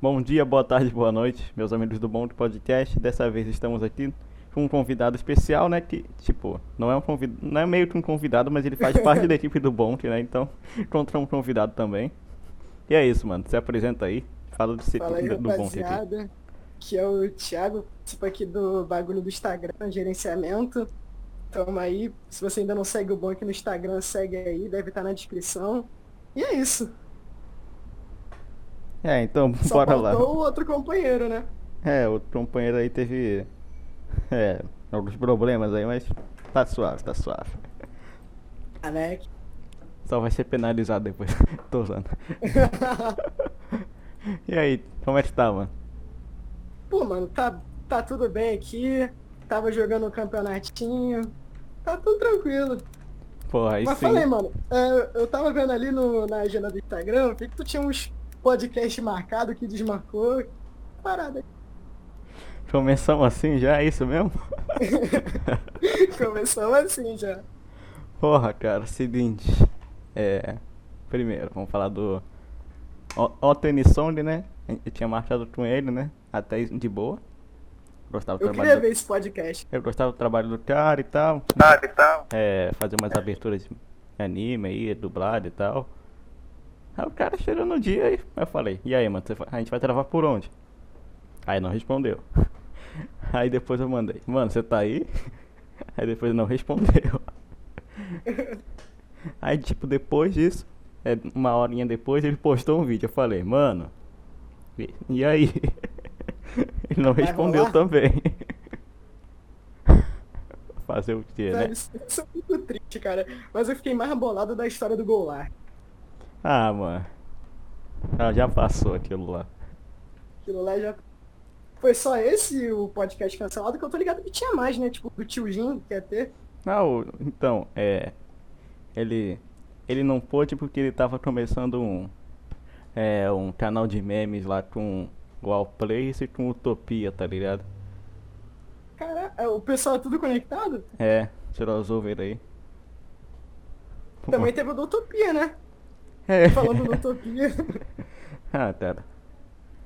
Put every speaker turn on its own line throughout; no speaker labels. Bom dia, boa tarde, boa noite, meus amigos do Bom Podcast. Dessa vez estamos aqui com um convidado especial, né? Que, tipo, não é um convidado, não é meio que um convidado, mas ele faz parte da equipe do Bom, né? Então, contra um convidado também. E é isso, mano. Se apresenta aí. Fala do,
Fala aí,
do, do Bom aqui.
rapaziada. Que é o Thiago, tipo aqui do bagulho do Instagram, gerenciamento. Toma aí. Se você ainda não segue o bom aqui no Instagram, segue aí, deve estar na descrição. E é isso.
É, então,
Só
bora lá.
faltou o outro companheiro, né?
É, o companheiro aí teve. É, alguns problemas aí, mas tá suave, tá suave.
Alec.
Só vai ser penalizado depois. Tô usando. E aí, como é que tá, mano?
Pô, mano, tá, tá tudo bem aqui. Tava jogando um campeonatinho. Tá tudo tranquilo.
Porra, aí
Mas
sim.
falei, mano, é, eu tava vendo ali no, na agenda do Instagram, eu vi que tu tinha uns podcasts marcados que desmarcou. Parada aí.
Começamos assim já, é isso mesmo?
Começamos assim já.
Porra, cara, seguinte. É. Primeiro, vamos falar do. O- Oteni Song, né? Eu tinha marcado com ele, né? Até de boa. Gostava do
Eu
trabalho.
queria
do-
ver esse podcast.
Eu gostava do trabalho do cara e tal.
Cara e tal.
É, fazer umas aberturas de anime aí, dublado e tal. Aí o cara chegou no dia e eu falei, e aí, mano, você fa- a gente vai travar por onde? Aí não respondeu. Aí depois eu mandei, mano, você tá aí? Aí depois não respondeu. Aí, tipo, depois disso, é, uma horinha depois, ele postou um vídeo. Eu falei, mano, e, e aí? Ele não
Vai
respondeu
rolar?
também. Fazer o quê, né?
Velho, isso isso é muito triste, cara. Mas eu fiquei mais bolado da história do Goulart.
Ah, mano. Ah, já passou aquilo lá.
Aquilo lá já. Foi só esse o podcast cancelado que eu tô ligado que tinha mais, né? Tipo, do tio Jim, que ia ter.
Não, então, é. Ele. Ele não pôde porque ele tava começando um. É, um canal de memes lá com o Place e com Utopia, tá ligado?
Cara, é, o pessoal é tudo conectado?
É, tirou os over aí.
Também teve o do Utopia, né?
É.
Falando do Utopia.
ah, cara.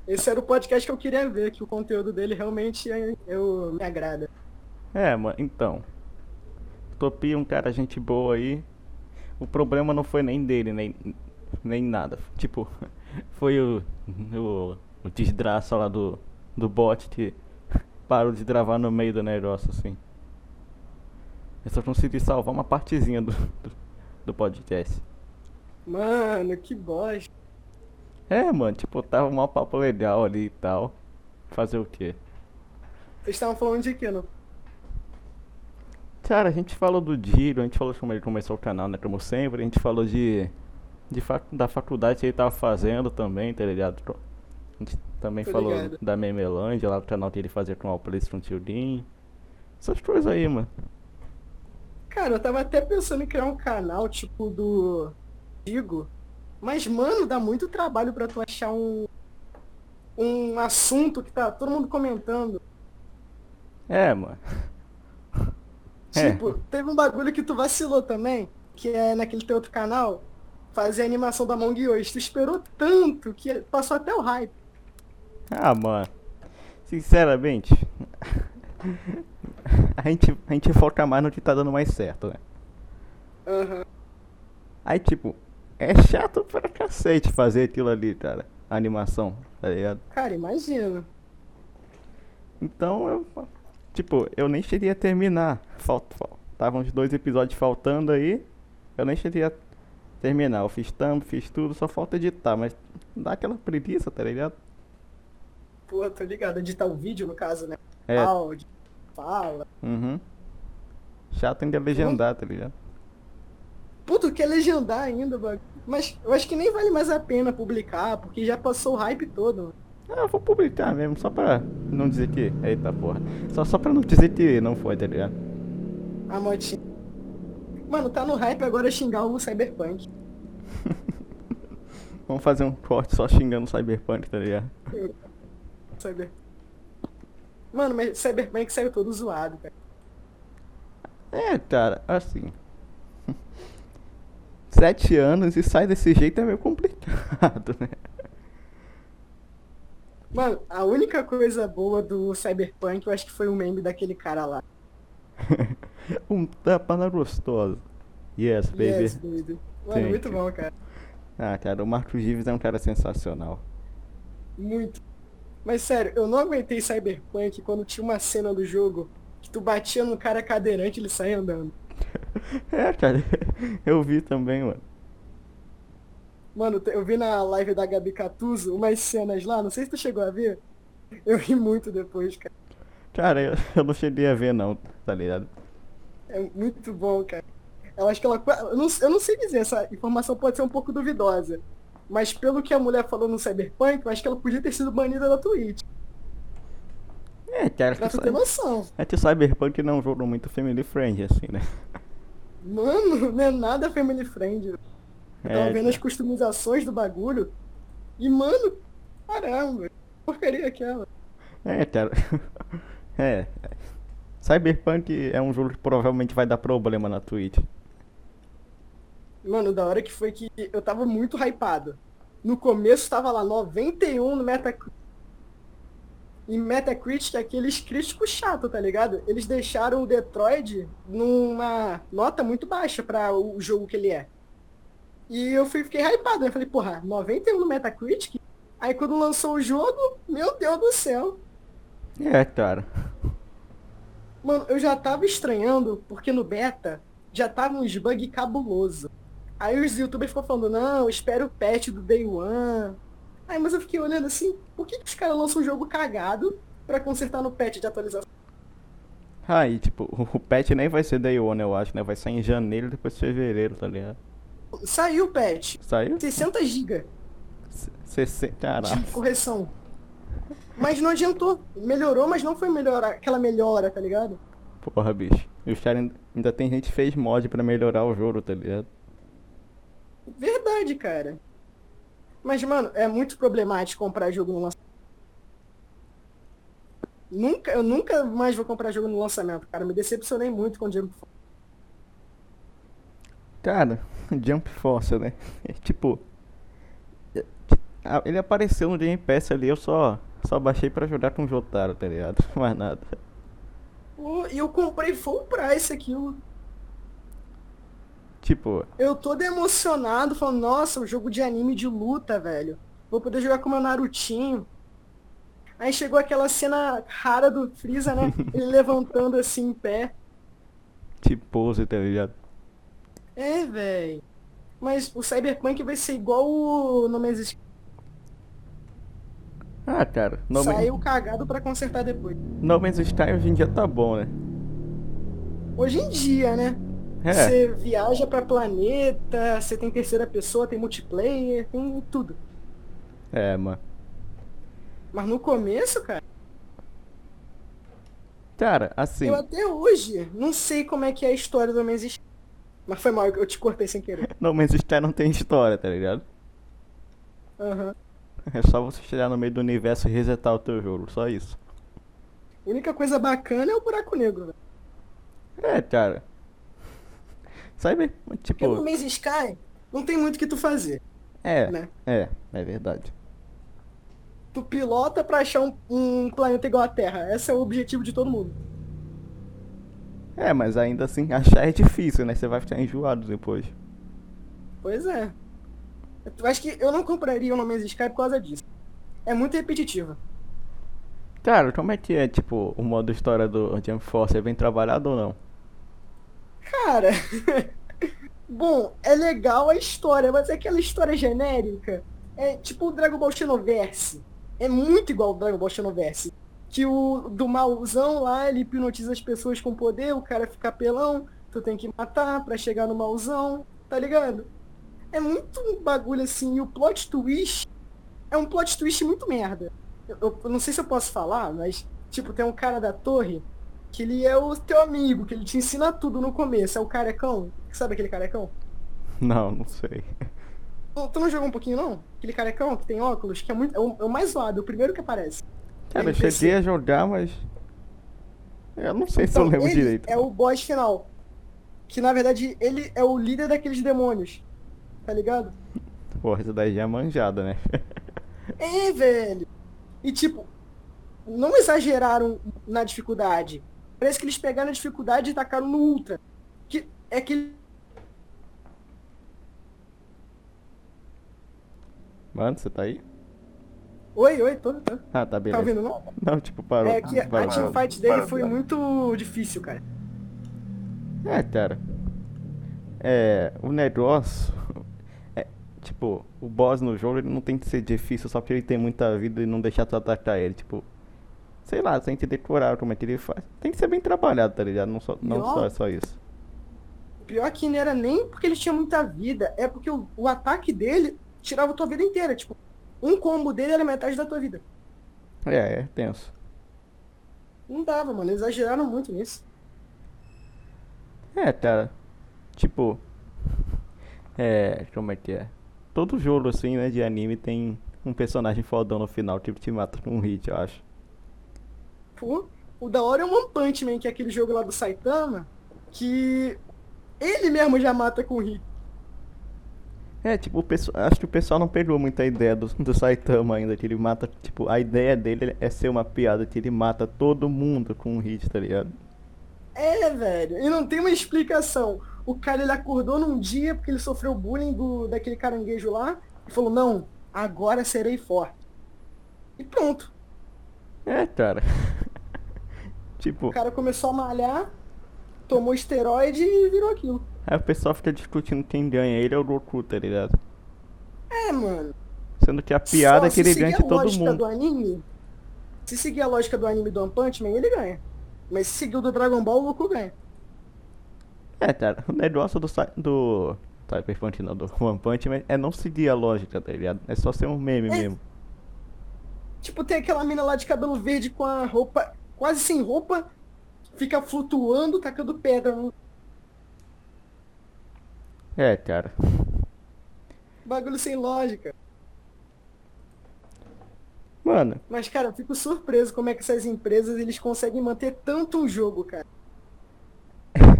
Esse era o podcast que eu queria ver, que o conteúdo dele realmente é- eu, me agrada.
É, mano, então. Utopia, um cara, gente boa aí. O problema não foi nem dele, nem, nem nada. Tipo, foi o, o, o desgraça lá do, do bot que parou de gravar no meio do negócio, assim. Eu só consegui salvar uma partezinha do, do, do podcast.
Mano, que bosta.
É, mano, tipo, tava um papo legal ali e tal. Fazer o quê?
Vocês estavam falando de quê? Não?
Cara, a gente falou do Diro, a gente falou de como ele começou o canal, né? Como sempre, a gente falou de, de fac- da faculdade que ele tava fazendo também, tá ligado? Co- A gente também
Tô
falou
ligado.
da Memelândia, lá do canal que ele fazia com o Alplice, com o Tio Din. Essas coisas aí, mano.
Cara, eu tava até pensando em criar um canal, tipo, do Digo. Mas, mano, dá muito trabalho pra tu achar um, um assunto que tá todo mundo comentando.
É, mano. É.
Tipo, teve um bagulho que tu vacilou também, que é naquele teu outro canal, fazer a animação da Among Us. Tu esperou tanto que passou até o hype.
Ah, mano. Sinceramente, a gente, a gente foca mais no que tá dando mais certo, né?
Aham.
Aí, tipo, é chato pra cacete fazer aquilo ali, cara. A animação, tá ligado?
Cara, imagina.
Então eu. Tipo, eu nem cheguei a terminar. Falta, faltavam uns dois episódios faltando aí. Eu nem cheguei a terminar. Eu fiz thumb, fiz tudo, só falta editar, mas dá aquela preguiça, tá ligado?
Pô, tô ligado. Editar o vídeo, no caso, né?
É.
Áudio, fala.
Uhum. Chato ainda é legendar, tá ligado?
Puta, quer legendar ainda, bagulho. Mas eu acho que nem vale mais a pena publicar, porque já passou o hype todo.
Ah, eu vou publicar mesmo, só pra não dizer que. Eita porra. Só, só pra não dizer que não foi, tá ligado?
A motinha. Mano, tá no hype agora xingar o Cyberpunk.
Vamos fazer um corte só xingando o Cyberpunk, tá ligado?
Cyber... Mano, mas Cyberpunk saiu todo zoado, cara.
É, cara, assim. Sete anos e sai desse jeito é meio complicado, né?
Mano, a única coisa boa do Cyberpunk eu acho que foi o meme daquele cara lá.
um tapa na gostosa. Yes, baby.
Yes, doido. Mano,
Sim.
muito bom, cara.
Ah, cara, o Marcos Gives é um cara sensacional.
Muito. Mas sério, eu não aguentei Cyberpunk quando tinha uma cena do jogo que tu batia no cara cadeirante e ele saia andando.
É, cara, eu vi também, mano.
Mano, te- eu vi na live da Gabi Catuso umas cenas lá, não sei se tu chegou a ver. Eu ri muito depois, cara.
Cara, eu, eu não cheguei a ver não, tá ligado?
É muito bom, cara. Eu acho que ela. qua- Eu não, eu não sei dizer, essa informação pode ser um pouco duvidosa. Mas pelo que a mulher falou no Cyberpunk, eu acho que ela podia ter sido banida da Twitch.
É, cara,
Pra
que
tu
o
ter
Cy-
noção.
é que o Cyberpunk não é um jogo muito family friend, assim, né?
Mano, não é nada family friend. Eu tava
É,
vendo as customizações do bagulho. E, mano, caramba, que porcaria aquela.
é, cara. É. Cyberpunk é um jogo que provavelmente vai dar problema na Twitch.
Mano, da hora que foi que eu tava muito hypado. No começo tava lá 91 no Metacritic. E Metacritic, é aqueles críticos chato, tá ligado? Eles deixaram o Detroit numa nota muito baixa pra o jogo que ele é. E eu fui, fiquei hypado, né? Falei, porra, 91 no Metacritic? Aí quando lançou o jogo, meu Deus do céu.
É, cara.
Mano, eu já tava estranhando, porque no beta já tava uns bug cabuloso. Aí os youtubers ficam falando, não, espera o patch do Day One. Aí, mas eu fiquei olhando assim, por que, que os caras lançam um jogo cagado pra consertar no patch de atualização?
Ah, e tipo, o patch nem vai ser Day One, eu acho, né? Vai sair em janeiro, depois fevereiro, tá ligado?
Saiu o patch,
Saiu?
60 GB
60. Caraca.
de correção. Mas não adiantou, melhorou, mas não foi melhorar, aquela melhora, tá ligado?
Porra, bicho. E os caras ainda, ainda tem gente que fez mod pra melhorar o jogo, tá ligado?
Verdade, cara. Mas, mano, é muito problemático comprar jogo no lançamento. Nunca, eu nunca mais vou comprar jogo no lançamento, cara. Me decepcionei muito com o Jump Force.
Cara, Jump Force, né? É tipo. é- a- Ele apareceu no Game Pass ali, eu só, só baixei pra jogar com o Jotaro, tá ligado? Mais nada.
Pô, E eu comprei full price aquilo.
Tipo,
Eu todo emocionado, falando, nossa, um jogo de anime de luta, velho. Vou poder jogar com o meu Narutinho. Aí chegou aquela cena rara do Freeza, né? Ele levantando assim em pé.
tipo pose, tá ligado?
É, velho. Mas o Cyberpunk vai ser igual o No Man's Sky.
Ah, cara, No, Man-
Saiu cagado pra consertar depois.
no Man's Sky hoje em dia tá bom, né?
Hoje em dia, né?
É,
Você viaja pra planeta, você tem terceira pessoa, tem multiplayer, tem tudo.
é, mano.
Mas no começo, cara,
Cara, assim,
eu até hoje não sei como é que é a história do Man's Sky. Mas foi mal, eu te cortei sem querer.
No Man's Sky não tem história, tá ligado?
Aham.
É só você chegar no meio do universo e resetar o teu jogo, só isso.
A única coisa bacana é o buraco negro, velho.
É, cara. Sabe,
Porque no
tipo,
Man's Sky não tem muito o que tu fazer,
é,
né?
é, é verdade.
Tu pilota pra achar um, um planeta igual à Terra. Esse é o objetivo de todo mundo.
É, mas ainda assim, achar é difícil, né? Você vai ficar enjoado depois.
Pois é. Eu acho que eu não compraria o No Man's Sky por causa disso. É muito repetitiva.
Cara, como é que é, tipo, o modo história do Jump Force? É bem trabalhado ou não?
Cara, bom, é legal a história, mas é aquela história genérica. É tipo o Dragon Ball Xenoverse. É muito igual o Dragon Ball Xenoverse. Que o do malzão lá, ele hipnotiza as pessoas com poder, o cara fica pelão, tu tem que matar pra chegar no malzão, tá ligado? É muito um bagulho assim, e o plot twist é um plot twist muito merda. Eu, eu- eu não sei se eu posso falar, mas, tipo, tem um cara da torre que ele é o teu amigo, que ele te ensina tudo no começo. É o carecão. Sabe aquele carecão?
Não, não sei.
Tu, tu não jogou um pouquinho, não? Aquele carecão que tem óculos, que é muito. É o, é o mais zoado, é o primeiro que aparece.
Cara, eu
NPC.
cheguei a jogar, mas. Eu não sei se eu
Então,
lembro
ele
direito.
É o boss final. Que na verdade ele é o líder daqueles demônios. Tá ligado?
Porra, isso daí já é manjada, né?
É, velho. E tipo, não exageraram na dificuldade. Parece que eles pegaram a dificuldade e tacaram no ultra. Que é que
Mano, você tá aí?
Oi, oi, tô, tô.
Ah, tá, beleza.
Tá ouvindo não?
Não, tipo, parou.
É que a
Vai, vai.
teamfight dele foi muito difícil, cara.
É, cara. É, o negócio. É, tipo, o boss no jogo ele não tem que ser difícil só porque ele tem muita vida e não deixar tu atacar ele. Tipo, sei lá, tem que decorar como é que ele faz. Tem que ser bem trabalhado, tá ligado? Não só, não
Pior.
só, é só isso.
Pior que não era nem porque ele tinha muita vida, é porque o, o ataque dele tirava tua vida inteira. Tipo, um combo dele era metade da tua vida.
É, é tenso.
Não dava, mano. Eles exageraram muito nisso.
É, cara. Tipo. É, como é que é? Todo jogo assim, né, de anime tem um personagem fodão no final que te mata com um hit, eu acho.
Pô, o da hora é o One Punch Man, que é aquele jogo lá do Saitama, que ele mesmo já mata com o hit.
É, tipo, o pesso- acho que o pessoal não pegou muita ideia do, do Saitama ainda, que ele mata, tipo, a ideia dele é ser uma piada, que ele mata todo mundo com um hit, tá ligado?
É, velho. E não tem uma explicação. O cara ele acordou num dia porque ele sofreu bullying do, daquele caranguejo lá e falou, não, agora serei forte. E pronto.
É, cara.
O
tipo,
cara começou a malhar, tomou esteroide e virou aquilo.
aí o pessoal fica discutindo quem ganha, ele é o Goku, tá ligado?
É, mano.
Sendo que a piada
Só
é que ele
se seguir
ganha
a
de todo
lógica
mundo.
do anime, se seguir a lógica do anime do One Punch Man, ele ganha. Mas se seguir o do Dragon Ball, o Goku ganha.
É, cara, o negócio do, Sai- do Cyber Punch, não, do One Punch Man é não seguir a lógica, tá ligado? É só ser um meme
É.
mesmo.
Tipo, tem aquela mina lá de cabelo verde com a roupa quase sem roupa, fica flutuando, tacando pedra no
É, cara.
bagulho sem lógica.
Mano,
Mas, cara, eu fico surpreso como é que essas empresas eles conseguem manter tanto um jogo, cara.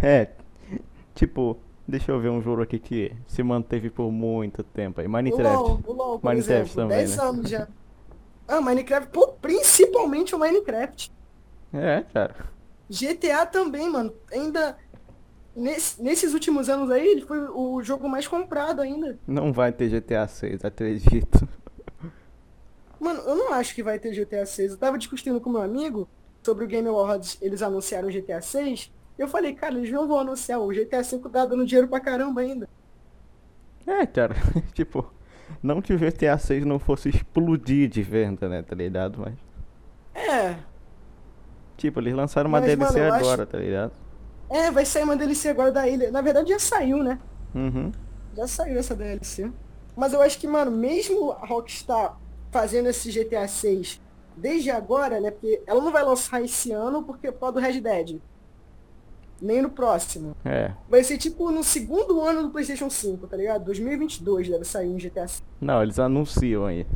É, tipo, deixa eu ver um jogo aqui que se manteve por muito tempo aí.
O
Minecraft.
LOL, o LOL, por
Minecraft
exemplo,
também,
10
né?
anos já. Ah, Minecraft, pô, principalmente o Minecraft.
É, cara.
GTA também, mano. Ainda. nesse- nesses últimos anos aí, ele foi o jogo mais comprado ainda.
Não vai ter GTA 6, acredito.
Mano, eu não acho que vai ter GTA 6. Eu tava discutindo com meu amigo sobre o Game Awards, eles anunciaram o GTA 6. Eu falei, cara, eles não vão anunciar. O GTA 5 tá dando dinheiro pra caramba ainda.
É, cara. Tipo, não que o GTA 6 não fosse explodir de venda, né, tá ligado? Mas,
É,
tipo, eles lançaram uma
Mas,
DLC
mano, eu acho-
agora, tá ligado?
é, vai sair uma DLC agora da ilha. Na verdade já saiu, né?
Uhum.
Já saiu essa DLC. Mas eu acho que, mano, mesmo a Rockstar fazendo esse GTA 6 desde agora, né? Porque ela não vai lançar esse ano porque por causa do Red Dead. Nem no próximo.
É.
Vai ser tipo no segundo ano do PlayStation 5, tá ligado? 2022 deve sair um GTA 6.
Não, eles anunciam aí.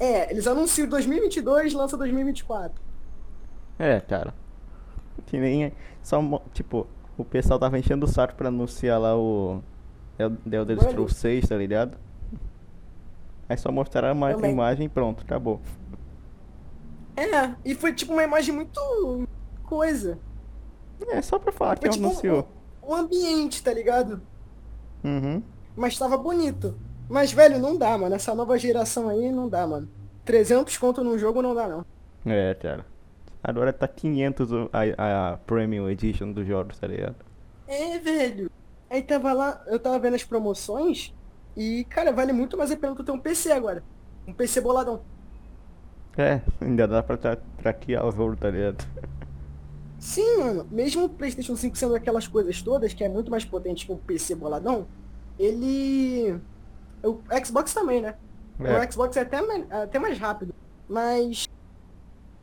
É, eles anunciam 2022, lança 2024.
É, cara. Que nem. é, Só, mo- tipo, o pessoal tava enchendo o saco pra anunciar lá o. El- The Elder
Mano.
Scrolls 6, tá ligado? Aí só mostraram a ma-
Também.
imagem e pronto, acabou.
É, e foi tipo uma imagem muito coisa.
É só pra falar que
Foi tipo
anunciou.
um, um ambiente, tá ligado?
Uhum.
mas tava bonito. Mas, velho, não dá, mano. Essa nova geração aí não dá, mano. 300 conto num jogo não dá, não.
É, cara. Agora tá 500 o- a, a Premium Edition dos jogos, tá ligado?
É, velho. Aí tava lá, eu tava vendo as promoções e, cara, vale muito mais a pena tu ter um PC agora. Um PC boladão.
É, ainda dá pra tra traquear o jogo, tá ligado?
Sim, mano. Mesmo o PlayStation 5 sendo aquelas coisas todas, que é muito mais potente que um PC boladão, ele. O Xbox também, né?
É.
O Xbox é até, me- até mais rápido. Mas.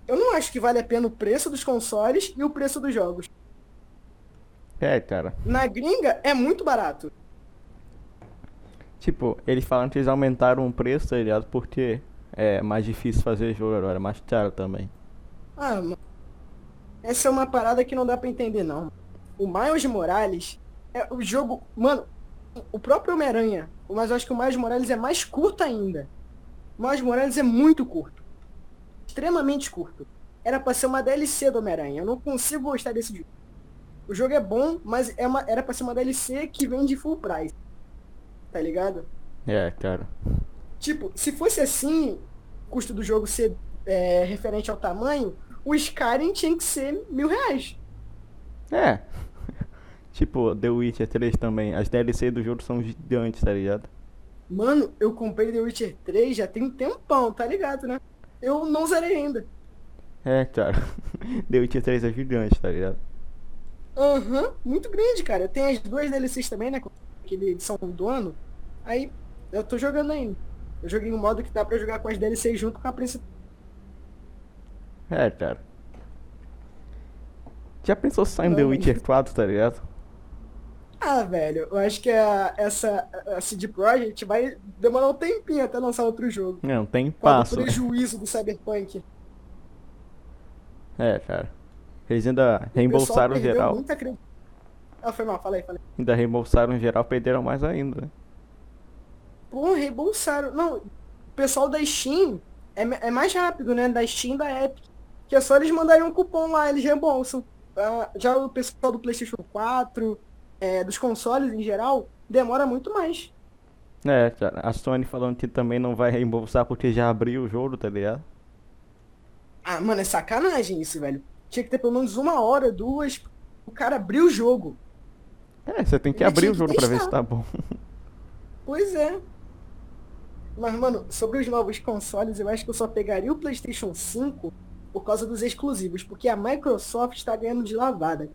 Eu não acho que vale a pena o preço dos consoles e o preço dos jogos.
É, cara.
Na gringa é muito barato.
Tipo, eles falaram que eles aumentaram o preço, tá ligado? Porque é mais difícil fazer jogo agora, é mais caro também.
Ah, mano. Essa é uma parada que não dá pra entender, não. O Miles Morales é o jogo. Mano, o próprio Homem-Aranha, mas eu acho que o Miles Morales é mais curto ainda. O Miles Morales é muito curto. extremamente curto. Era pra ser uma DLC do Homem-Aranha. Eu não consigo gostar desse jogo. O jogo é bom, mas é uma, era pra ser uma DLC que vende full price. Tá ligado?
É, cara.
Tipo, se fosse assim, o custo do jogo ser é, referente ao tamanho, o Skyrim tinha que ser mil reais.
É. tipo, The Witcher 3 também. As DLC do jogo são gigantes, tá ligado?
Mano, eu comprei The Witcher 3 já tem um tempão, tá ligado, né? Eu não zerei ainda.
É, cara. The Witcher 3 é gigante, tá ligado?
Aham, muito grande, cara. Tem as duas DLCs também, né? Aquele edição do ano. Aí, eu tô jogando ainda. Eu joguei um modo que dá pra jogar com as DLCs junto com a principal.
É, cara. Já pensou só em The
Não.
Witcher 4, tá ligado?
Ah, velho, eu acho que a, essa a CD Projekt vai demorar um tempinho até lançar outro jogo.
Não, É, um tem
Qual o
passo.
prejuízo do Cyberpunk?
É, cara. Eles ainda reembolsaram
o pessoal perdeu
geral.
Muita cre... Ah, foi mal, falei, falei.
Ainda reembolsaram geral, perderam mais ainda, né?
Pô, reembolsaram. Não, o pessoal da Steam é, me- é mais rápido, né? Da Steam e da Epic. Que é só eles mandarem um cupom lá, eles reembolsam. Ah, Já o pessoal do PlayStation 4, é, dos consoles em geral, demora muito mais.
É, cara. A Sony falando que também não vai reembolsar porque já abriu o jogo, tá ligado?
Ah, mano, é sacanagem isso, velho. Tinha que ter pelo menos uma hora, duas. O cara abriu o jogo.
É, você tem que
Ele
abrir
tinha
o
que
jogo pra ver se
testar.
tá bom.
Pois é. Mas, mano, sobre os novos consoles, eu acho que eu só pegaria o PlayStation 5 por causa dos exclusivos, porque a Microsoft tá ganhando de lavada.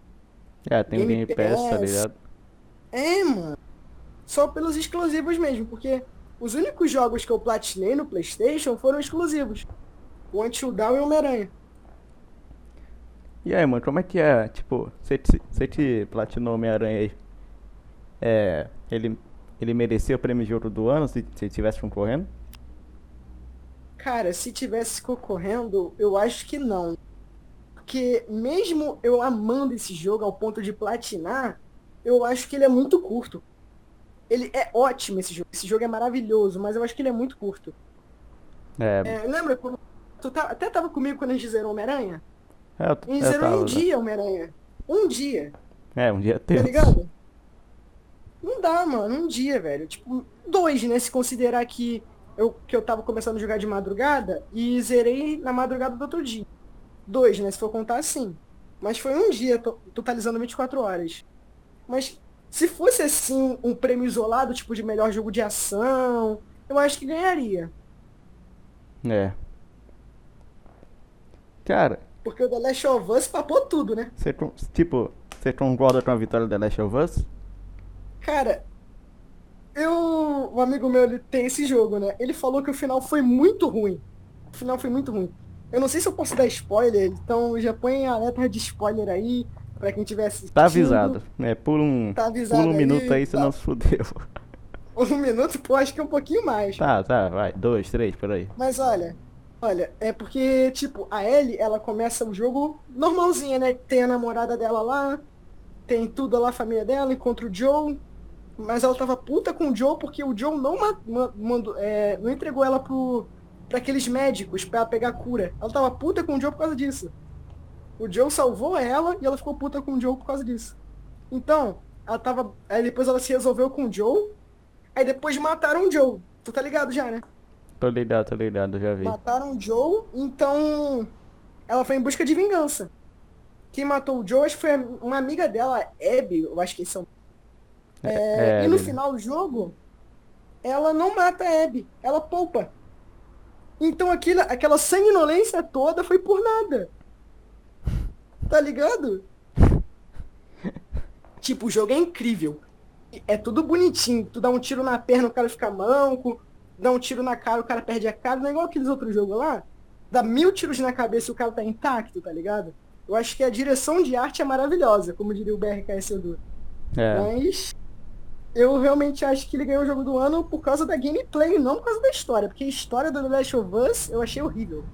É, tem o Game
Game
Pass, tá
Pass.
ligado?
É, mano. Só pelos exclusivos mesmo, porque os únicos jogos que eu platinei no PlayStation foram exclusivos. O Until Dawn e o Homem-Aranha.
E aí, mano, como é que é? Tipo, você te, você te platinou Homem-Aranha aí? É. Ele, ele mereceu o prêmio de ouro do ano se, se tivesse concorrendo?
Cara, se tivesse concorrendo, eu acho que não. Porque mesmo eu amando esse jogo ao ponto de platinar, eu acho que ele é muito curto. Ele é ótimo esse jogo. Esse jogo é maravilhoso, mas eu acho que ele é muito curto.
É.
É, lembra quando. Tu tá- até tava comigo quando a gente zerou Homem-Aranha?
É, eu,
A gente
eu
zerou em
tava-
um dia Homem-Aranha. Um dia.
É, um dia
Tá
teve.
ligado? Não dá, mano. Um dia, velho. Tipo, dois, né? Se considerar que eu, que eu tava começando a jogar de madrugada e zerei na madrugada do outro dia. Dois, né? Se for contar assim. Mas foi um dia, to- totalizando 24 horas. Mas se fosse assim, um prêmio isolado, tipo de melhor jogo de ação, eu acho que ganharia.
É. Cara,
Porque o The Last of Us papou tudo, né?
você con- tipo, você concorda com a vitória da Last of Us?
Cara, eu. Um amigo meu ele tem esse jogo, né? Ele falou que o final foi muito ruim. O final foi muito ruim. Eu não sei se eu posso dar spoiler, então já põe alerta de spoiler aí, pra quem tiver assistindo.
Tá avisado, né? Por um,
Tá
por
avisado.
um minuto aí, você
tá.
não se fudeu.
Um minuto, pô, acho que é um pouquinho mais.
Tá, tá, vai. Dois, três, peraí.
Mas olha, olha, é porque, tipo, a Ellie, ela começa o jogo normalzinha, né? Tem a namorada dela lá, tem tudo lá, a família dela, encontra o Joe. Mas ela tava puta com o Joe porque o Joe não, ma- ma- mandou, é, não entregou ela pro, pra aqueles médicos pra ela pegar cura. Ela tava puta com o Joe por causa disso. O Joe salvou ela e ela ficou puta com o Joe por causa disso. Então, ela tava. Aí depois ela se resolveu com o Joe. Aí depois mataram o Joe. Tu tá ligado já, né?
Tô ligado, tô ligado, já vi.
Mataram o Joe, então ela foi em busca de vingança. Quem matou o Joe acho que foi uma amiga dela, a Abby, eu acho que eles são. É, e no
Abby, né?
final do jogo, ela não mata a Abby, ela poupa. Então aquilo, aquela sanguinolência toda foi por nada. Tá ligado? tipo, o jogo é incrível. É tudo bonitinho. Tu dá um tiro na perna, o cara fica manco. Dá um tiro na cara, o cara perde a cara. Não é igual aqueles outros jogos lá. Dá mil tiros na cabeça e o cara tá intacto, tá ligado? Eu acho que a direção de arte é maravilhosa, como diria o BRKS2.
É,
Mas eu realmente acho que ele ganhou o jogo do ano por causa da gameplay, não por causa da história. Porque a história do The Last of Us eu achei horrível.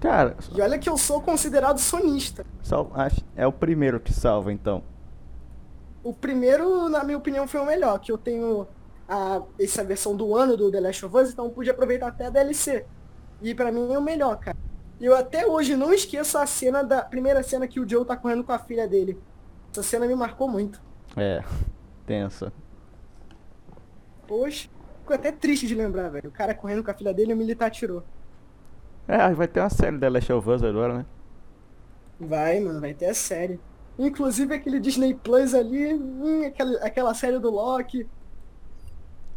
cara,
E olha que eu sou considerado sonista.
só, acho, é o primeiro que salva, então.
O primeiro, na minha opinião, foi o melhor, que eu tenho a, essa versão do ano do The Last of Us, então eu pude aproveitar até a DLC. E pra mim é o melhor, cara. E eu até hoje não esqueço a cena da primeira cena que o Joe tá correndo com a filha dele. Essa cena me marcou muito.
É, tensa.
Poxa, fico até triste de lembrar, velho. O cara correndo com a filha dele e o militar tirou.
É, vai ter uma série da Last of Us agora, né?
Vai, mano, vai ter a série. Inclusive aquele Disney Plus ali, hum, aquela, aquela série do Loki.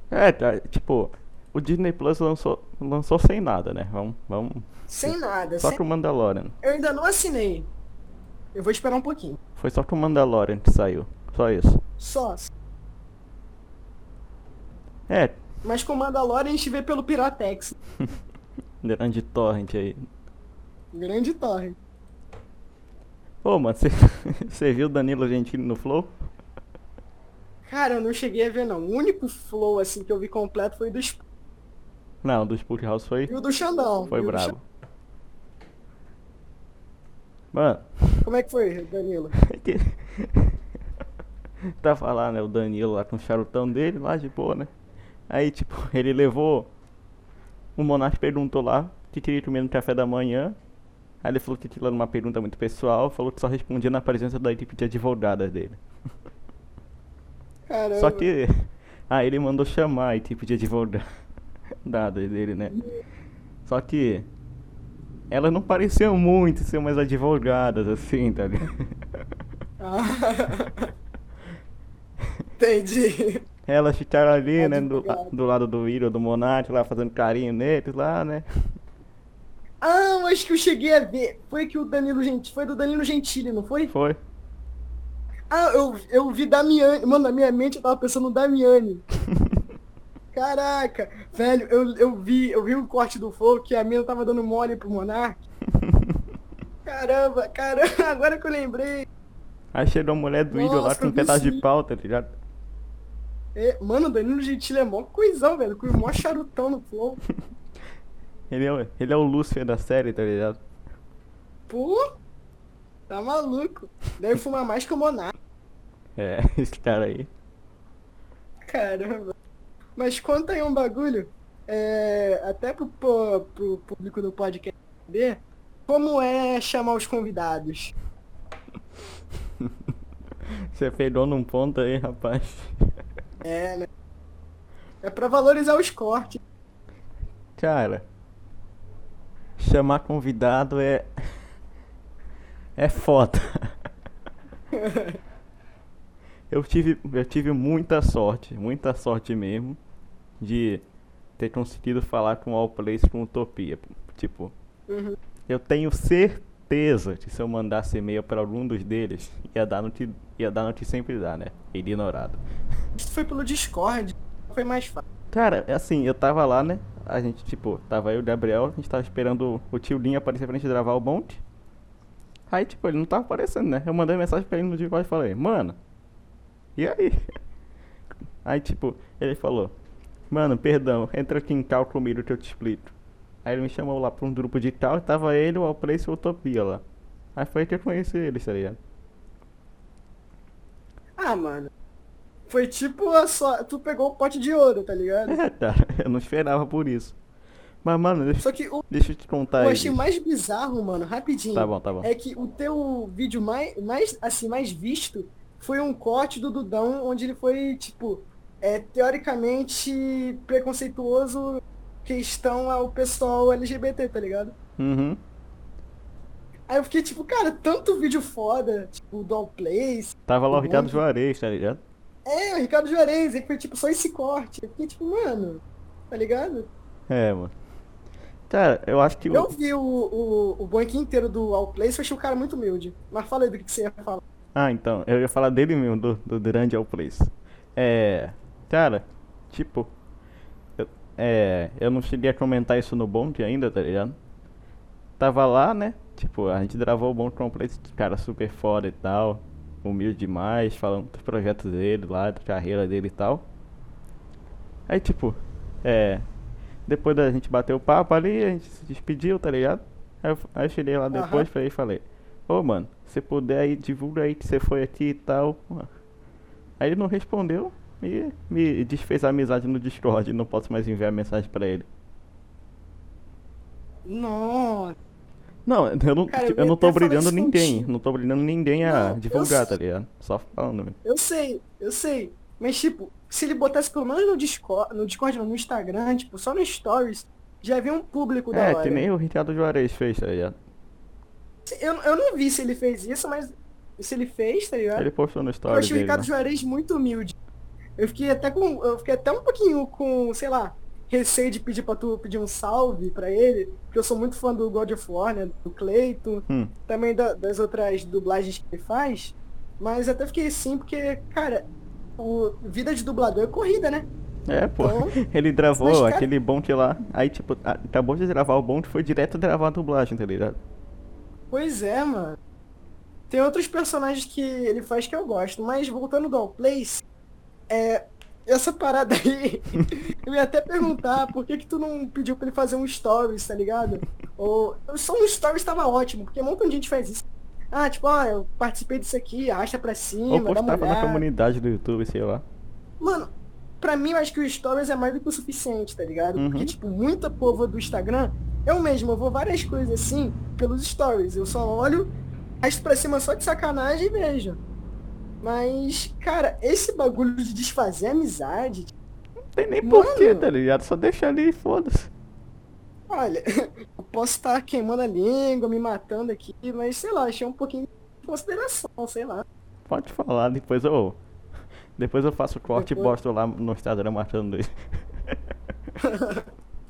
É, tá, tipo, o Disney Plus lançou, lançou sem nada, né? Vamos, vamos.
Sem nada.
Só
sem-
pro Mandalorian.
Eu ainda não assinei. Eu vou esperar um pouquinho.
Foi só pro Mandalorian que saiu. Só isso.
Só.
É,
Mas com Mandalorian a gente vê pelo Piratex.
grande torrent aí.
Grande torre.
Ô, mano, você- você viu o Danilo Gentili no Flow?
Cara, eu não cheguei a ver não. O único flow assim que eu vi completo foi o do Sp-
Não, do Spook House foi,
e o do Xandão.
foi
E o do
brabo. Mano,
Xan- Como é que foi, Danilo?
tava lá, né, o Danilo lá com o charutão dele, lá de boa, né? Aí, tipo, ele levou. O Monark perguntou lá o que queria comer no café da manhã. Aí ele falou que aquilo era uma pergunta muito pessoal, falou que só respondia na presença da equipe de advogadas dele.
Caramba.
Só que. Aí ele mandou chamar a equipe de advogadas dele, né? Só que. Elas não pareciam muito ser umas advogadas, assim, tá ligado?
Ah. Entendi.
Elas ficaram ali, né, do,
Advogado.
do lado do William, do Monark, lá fazendo carinho neles, lá, né?
Ah, acho que eu cheguei a ver. Foi que o Danilo Gentili. Foi do Danilo Gentili, não foi?
Foi.
Ah, eu, eu vi Damiani. Mano, na minha mente eu tava pensando no Damiani. Caraca, velho, eu, eu vi, eu vi um corte do Flow que a mina tava dando mole pro Monark. Caramba, caramba, agora que eu lembrei.
Aí chegou a mulher do William lá
Nossa,
com
eu
um
vi
pedaço de
sim.
pau, tá ligado?
É, mano, o Danilo Gentili é mó coisão, velho, com o mó charutão no Flow.
Ele é, o- ele é o Lúcifer da série, tá ligado?
Pô, tá maluco. Deve fumar mais que o Monark,
É, esse cara aí.
caramba. Mas conta aí um bagulho, é, até pro, pro, pro público do podcast saber, como é chamar os convidados?
Você pegou num ponto aí, rapaz.
É, né? É pra valorizar os cortes.
Cara, chamar convidado é. É foda. Eu tive, eu tive muita sorte, muita sorte mesmo, de ter conseguido falar com o All Place com Utopia. Tipo,
Uhum.
eu tenho certeza que se eu mandasse e-mail pra algum dos deles, ia dar no que, ia dar no que sempre dá, né? Ignorado.
Isso foi pelo Discord, foi mais fácil.
Cara, é assim, eu tava lá, né? A gente, tipo, tava eu e o Gabriel, a gente tava esperando o tio Linha aparecer pra gente gravar o bonde. Aí, tipo, ele não tava aparecendo, né? Eu mandei mensagem pra ele no Discord e falei, mano, e aí? Aí, tipo, ele falou, mano, perdão, entra aqui em cal comigo que eu te explico. Aí ele me chamou lá pra um grupo de cal e tava ele, o Alpreço e o Utopia lá. Aí foi que eu conheci eles, tá ligado?
Ah, mano. Foi tipo a sua. Tu pegou o pote de ouro, tá ligado?
É, cara, eu não esperava por isso. Mas, mano, deixa,
Só que o
deixa eu te contar
eu
aí.
achei mais bizarro, mano, rapidinho.
Tá bom, tá bom.
É que o teu vídeo mais, mais assim, mais visto foi um corte do Dudão, onde ele foi, tipo, é, teoricamente preconceituoso questão ao pessoal LGBT, tá ligado?
Uhum.
Aí eu fiquei tipo, cara, tanto vídeo foda, tipo, do All Place.
Tava lá o
Tá bom.
Ricardo Juarez, tá ligado?
É, o Ricardo Juarez, ele foi tipo só esse corte. Eu fiquei tipo, mano, tá ligado?
É, mano. Cara, eu acho que. o-
Eu vi o, o, o banco inteiro do All Place, eu achei o cara muito humilde. Mas fala aí do que que você ia falar.
Ah, então. Eu ia falar dele mesmo, do, do grande All Place. É. Cara, tipo. Eu, é. Eu não cheguei a comentar isso no Bond ainda, tá ligado? Tava lá, né? Tipo, a gente gravou o Bond com o All Place, cara super foda e tal. Humilde demais, falando dos projetos dele lá, da carreira dele e tal. Aí, tipo, é. Depois da gente bater o papo ali, a gente se despediu, tá ligado? Aí eu, aí eu cheguei lá
Aham.
depois pra ele e falei: Ô, mano, se puder aí, divulga aí que você foi aqui e tal. Aí ele não respondeu e me desfez a amizade no Discord. Não posso mais enviar mensagem pra ele.
Nossa,
Não, eu não,
Cara, eu
tipo, eu
ia
não tô
até falar
brilhando
isso
ninguém.
contigo.
Não tô brilhando ninguém a
Não, eu
divulgar, tá
sei.
ligado? Só falando. mesmo.
Eu sei, eu sei. Mas, tipo, se ele botasse pelo menos no Discord, no Discord, não, no Instagram, tipo, só no Stories, já havia um público da
É,
hora.
que nem o Ricardo Juarez fez, tá ligado?
Eu, eu não vi se ele fez isso, mas se ele fez, tá ligado?
Ele postou no
Eu
story
achei o
dele.
Ricardo
Né?
Juarez muito humilde. Eu fiquei até com. Eu fiquei até um pouquinho com, sei lá, receio de pedir pra tu pedir um salve pra ele, porque eu sou muito fã do God of War, né? Do Cleiton,
Hum.
também da- das outras dublagens que ele faz. Mas até fiquei assim, porque, cara, o vida de dublador é corrida, né?
É, pô.
Então,
Ele gravou
mas, cara-
aquele bonde lá. Aí, tipo, a- acabou de gravar o bonde foi direto gravar a dublagem, tá ligado?
Pois é, mano. Tem outros personagens que ele faz que eu gosto, mas voltando do All Place, é. Essa parada aí, eu ia até perguntar por que que tu não pediu pra ele fazer um stories, tá ligado? Ou só um stories tava ótimo, porque um monte de gente faz isso. Ah, tipo, ó, eu participei disso aqui, arrasta pra
Ou
cima, dá uma
postava na
olhada.
comunidade do YouTube, sei lá.
Mano, pra mim eu acho que o Stories é mais do que o suficiente, tá ligado?
Uhum.
Porque, tipo, muita povo do Instagram, eu mesmo, eu vou várias coisas assim pelos Stories. Eu só olho, acho pra cima só de sacanagem e vejo. Mas, cara, esse bagulho de desfazer amizade, tipo,
Não tem nem porquê,
Mano!
tá ligado? Só deixa ali e foda-se.
olha, eu posso estar queimando a língua, me matando aqui, mas sei lá, achei um pouquinho de consideração, sei lá.
Pode falar, depois eu. Depois eu faço corte e
Depois-
posto lá no Instagram marcando isso.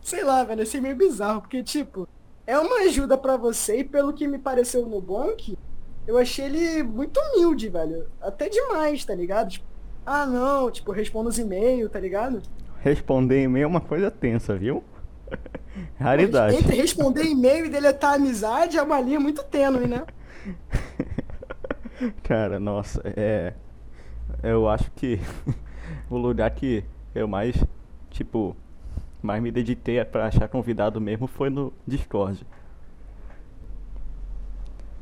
Sei lá, velho, achei meio bizarro, porque, tipo, é uma ajuda pra você e pelo que me pareceu no Bonk, eu achei ele muito humilde, velho. Até demais, tá ligado? Tipo, ah, não, tipo, eu respondo os e-mails, tá ligado?
Responder e-mail é uma coisa tensa, viu? Raridade.
Entre responder e-mail e deletar a amizade é uma linha muito tênue, né?
Cara, nossa, é. Eu acho que o lugar que eu mais, tipo, mais me dediquei pra achar convidado mesmo foi no Discord.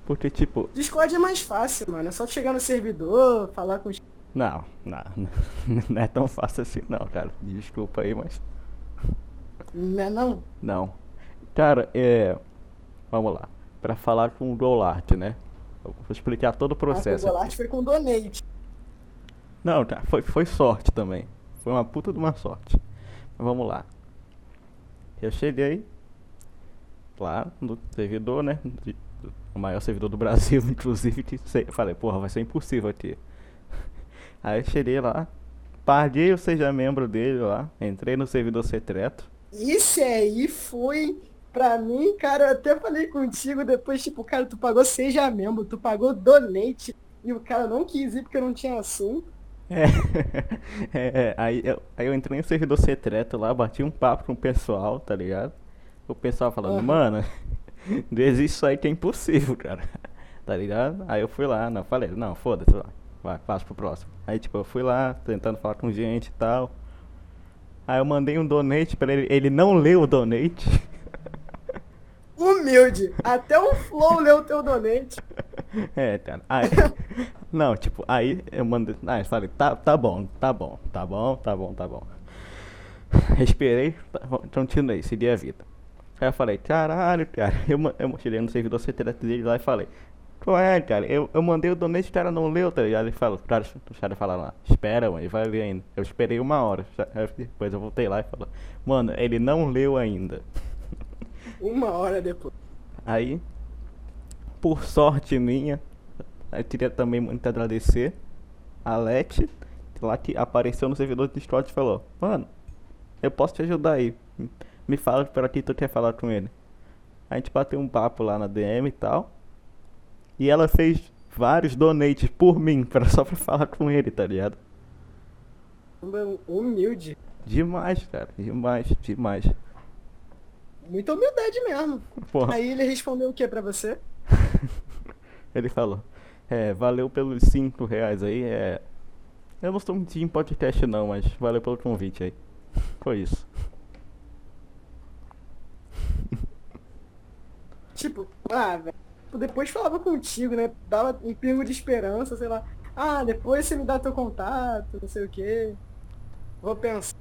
Porque, tipo,
Discord é mais fácil, mano. É só tu chegar no servidor, falar com os.
não, não, não é tão fácil assim, não, cara. Desculpa aí, mas.
Né, não?
Não. Cara, é. Vamos lá. Pra falar com o Golart, né? Eu vou explicar todo o
Ah,
processo.
o Golart foi com donate.
Não, cara, foi, foi sorte também. Foi uma puta de uma sorte. Mas vamos lá. Eu cheguei lá no servidor, né? de- do- O maior servidor do Brasil, inclusive, que sei- falei, porra, vai ser impossível aqui. Aí eu cheguei lá, paguei o seja membro dele lá, entrei no servidor secreto.
Isso aí foi, pra mim, cara, eu até falei contigo depois, tipo, cara, tu pagou seja membro, tu pagou donate, e o cara não quis ir porque não tinha assunto.
É, é, é, aí, eu, aí eu entrei no servidor secreto lá, bati um papo com o pessoal, tá ligado? O pessoal falando,
Aham.
mano, desiste isso aí que é impossível, cara. Tá ligado? Aí eu fui lá, não, falei, não, foda-se, vai, vai, passa pro próximo. Aí tipo, eu fui lá, tentando falar com gente e tal. Aí eu mandei um donate pra ele, ele não leu o donate.
Humilde, até o Flow leu teu donate.
É, cara. Aí, não, tipo, aí eu mandei. Aí eu falei, tá, tá bom, tá bom, tá bom, tá bom, tá bom. Respirei, tá bom, continuei, segui a vida. Aí eu falei, caralho, cara. Eu, ma- eu cheguei no servidor secreto dele lá e falei, qual é, cara? Eu, eu mandei o donate, o cara não leu, tá ligado? Ele falou, cara, os caras falaram lá, espera, mano, ele vai ler ainda. Eu esperei uma hora, aí depois eu voltei lá e falei, mano, ele não leu ainda.
Uma hora depois.
Aí, por sorte minha, eu queria também muito agradecer a Leti, lá que apareceu no servidor do Discord e falou: Mano, eu posso te ajudar aí. Me fala para que tu quer falar com ele. A gente bateu um papo lá na DM e tal. E ela fez vários donates por mim, pra, só pra falar com ele, tá ligado?
Humilde.
Demais, cara, demais, demais.
Muita humildade mesmo.
Porra.
Aí ele respondeu o que pra você?
Ele falou, é, valeu pelos 5 reais aí, é... Eu não sou um time podcast não, mas valeu pelo convite aí. Foi isso.
Tipo, ah, velho. tipo, Depois falava contigo, né? Dava um pingo de esperança, sei lá. Ah, depois você me dá teu contato, não sei o quê. Vou pensar.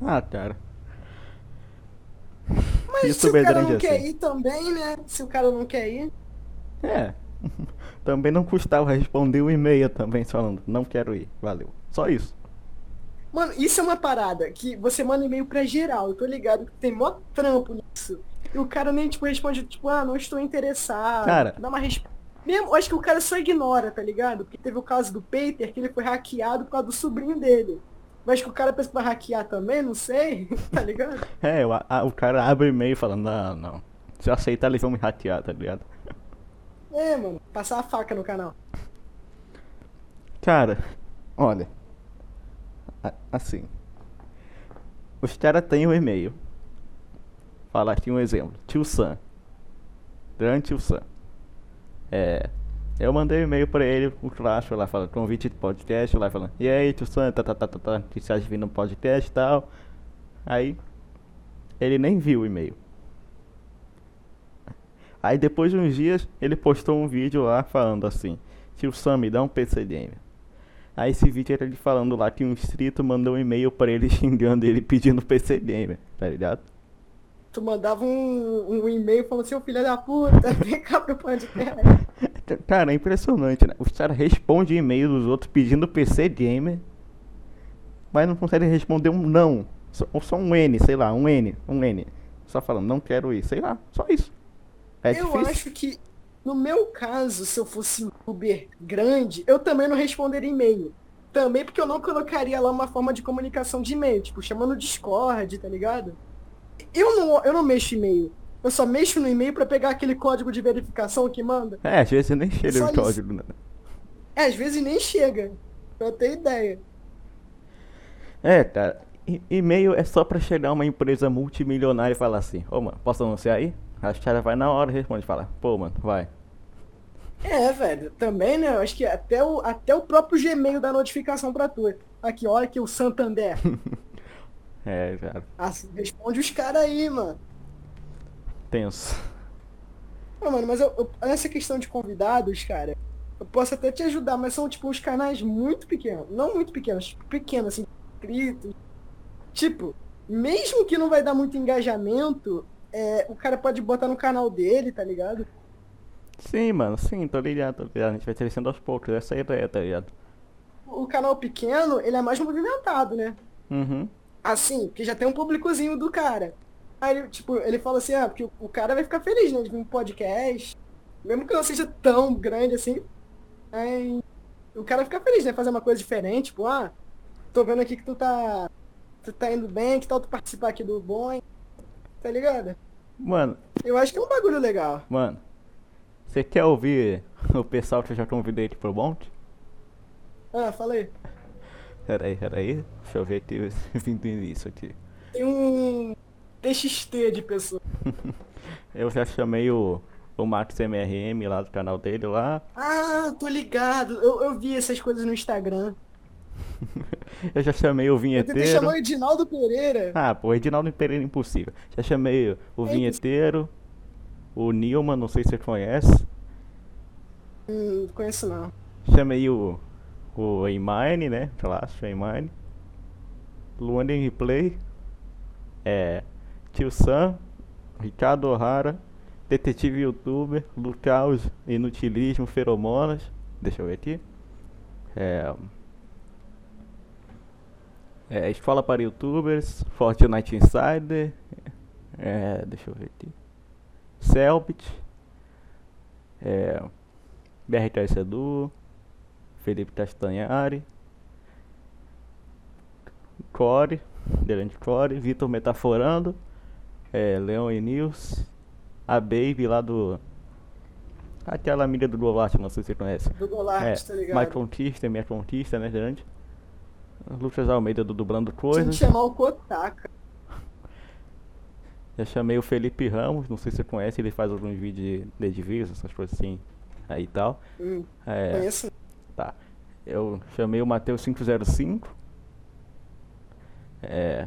Ah, cara.
Mas
assistir
se o cara
Sobergrande
não quer
assim.
ir também, né? Se o cara não quer ir.
É. Também não custava responder o e-mail também falando, não quero ir, valeu. Só isso.
Mano, isso é uma parada que você manda e-mail pra geral, eu tô ligado que tem mó trampo nisso. E o cara nem, tipo, responde, tipo, ah, não estou interessado.
Cara.
Dá uma resposta. Mesmo, eu acho que o cara só ignora, tá ligado? Porque teve o caso do Peter, que ele foi hackeado por causa do sobrinho dele. Mas que o cara pensa que vai hackear também, não sei, tá ligado?
É, o, a- o cara abre o e-mail falando, não, não. Se eu aceitar, eles vão me ratear, tá ligado?
É, mano, passar a faca no canal.
Cara, olha. a- Assim. Os caras têm um e-mail. Falar aqui um exemplo. Tio Sam. Grande tio Sam. É. Eu mandei um e-mail pra ele, o clássico lá, falando, convite de podcast, lá falando, e aí, tio Sam, tá, tá, tá, tá, tá, que você acha de vir no podcast e tal. Aí, ele nem viu o e-mail. Aí depois de uns dias, ele postou um vídeo lá falando assim, tio Sam, me dá um PC gamer. Aí esse vídeo era ele falando lá que um inscrito mandou um e-mail pra ele xingando ele pedindo PC gamer, tá ligado?
Tu mandava um, um e-mail falando assim, ô filho da puta, vem cá pro podcast.
Ca- Cara, é impressionante, né? Os caras respondem e-mail dos outros pedindo PC gamer, né? mas não conseguem responder um não. Só, ou só um N, sei lá, um N, um N. Só falando, não quero ir, sei lá, só isso. É
eu
difícil.
acho que, no meu caso, se eu fosse um Uber grande, eu também não responderia e-mail. Também porque eu não colocaria lá uma forma de comunicação de e-mail, tipo, chamando o Discord, tá ligado? Eu não, eu não mexo em e-mail. Eu só mexo no e-mail pra pegar aquele código de verificação que manda.
É, às vezes nem chega o
Só isso.
código, né?
É, às vezes nem chega. Pra eu ter ideia.
É, cara, e- e-mail é só pra chegar uma empresa multimilionária e falar assim, ô mano, posso anunciar aí? As caras vai na hora e responde, fala, pô mano, vai.
É, velho, também, né? Eu acho que até o, até o próprio Gmail dá notificação pra tu. Aqui, olha que o Santander.
É, cara,
Ah, responde os caras aí, mano.
tenso.
Pô, mano, mas eu, eu- nessa questão de convidados, cara, eu posso até te ajudar, mas são, tipo, uns canais muito pequenos. Não muito pequenos, tipo, pequenos, assim, inscritos. Tipo, mesmo que não vai dar muito engajamento, é, o cara pode botar no canal dele, tá ligado?
Sim, mano, sim, tô ligado, tô ligado. A gente vai crescendo aos poucos, essa é a ideia, tá ligado?
O o canal pequeno, ele é mais movimentado, né?
Uhum.
Assim, porque já tem um públicozinho do cara. Aí, ele, tipo, ele fala assim, ah, porque o, o cara vai ficar feliz, né? De vir um podcast. Mesmo que não seja tão grande assim. Aí, o cara fica feliz, né? Fazer uma coisa diferente, tipo, ah, tô vendo aqui que tu tá. Tu tá indo bem, que tal tu participar aqui do Boing? Tá ligado?
Mano,
Eu acho que é um bagulho legal.
mano, você quer ouvir o pessoal que eu já convidei aqui pro monte?
Ah, fala aí.
Peraí, peraí, deixa eu ver aqui, vim do início aqui.
Tem um TXT de pessoa.
Eu já chamei o, o Max MRM lá do canal dele lá.
Ah, tô ligado. Eu, eu vi essas coisas no Instagram.
Eu já chamei o
Eu tentei
vinheteiro.
chamar o Edinaldo Pereira.
Ah, pô, Edinaldo Pereira é impossível. Já chamei o
É
vinheteiro, o Nilman, não sei se você conhece.
Hum, não conheço não.
Chamei o, o Emine, né? Clássico, Emine. Luanda em Replay. É. Tio Sam, Ricardo O'Hara, Detetive Youtuber, Lucaus, Inutilismo, Feromonas. Deixa eu ver aqui. É. É, Escola para Youtubers, Fortnite Insider. É, deixa eu ver aqui. Selbit. É. BRK Sedu, Felipe Castanhari, Core, Delante Core, Vitor Metaforando, é, Leon e Nils, a Baby lá do. Aquela amiga do Golast, não sei se você conhece.
Do
É,
Golart, tá ligado?
My Conquista, Minha Conquista, né, Delante? Lucas Almeida do Dublando
Tinha que
Coisas.
chamar o Kotaka.
Já chamei o Felipe Ramos, não sei se você conhece, ele faz alguns vídeos de, de divisa, essas coisas assim, aí e tal.
Hum,
É,
Conheço.
Tá. Eu chamei o Matheus 505. É,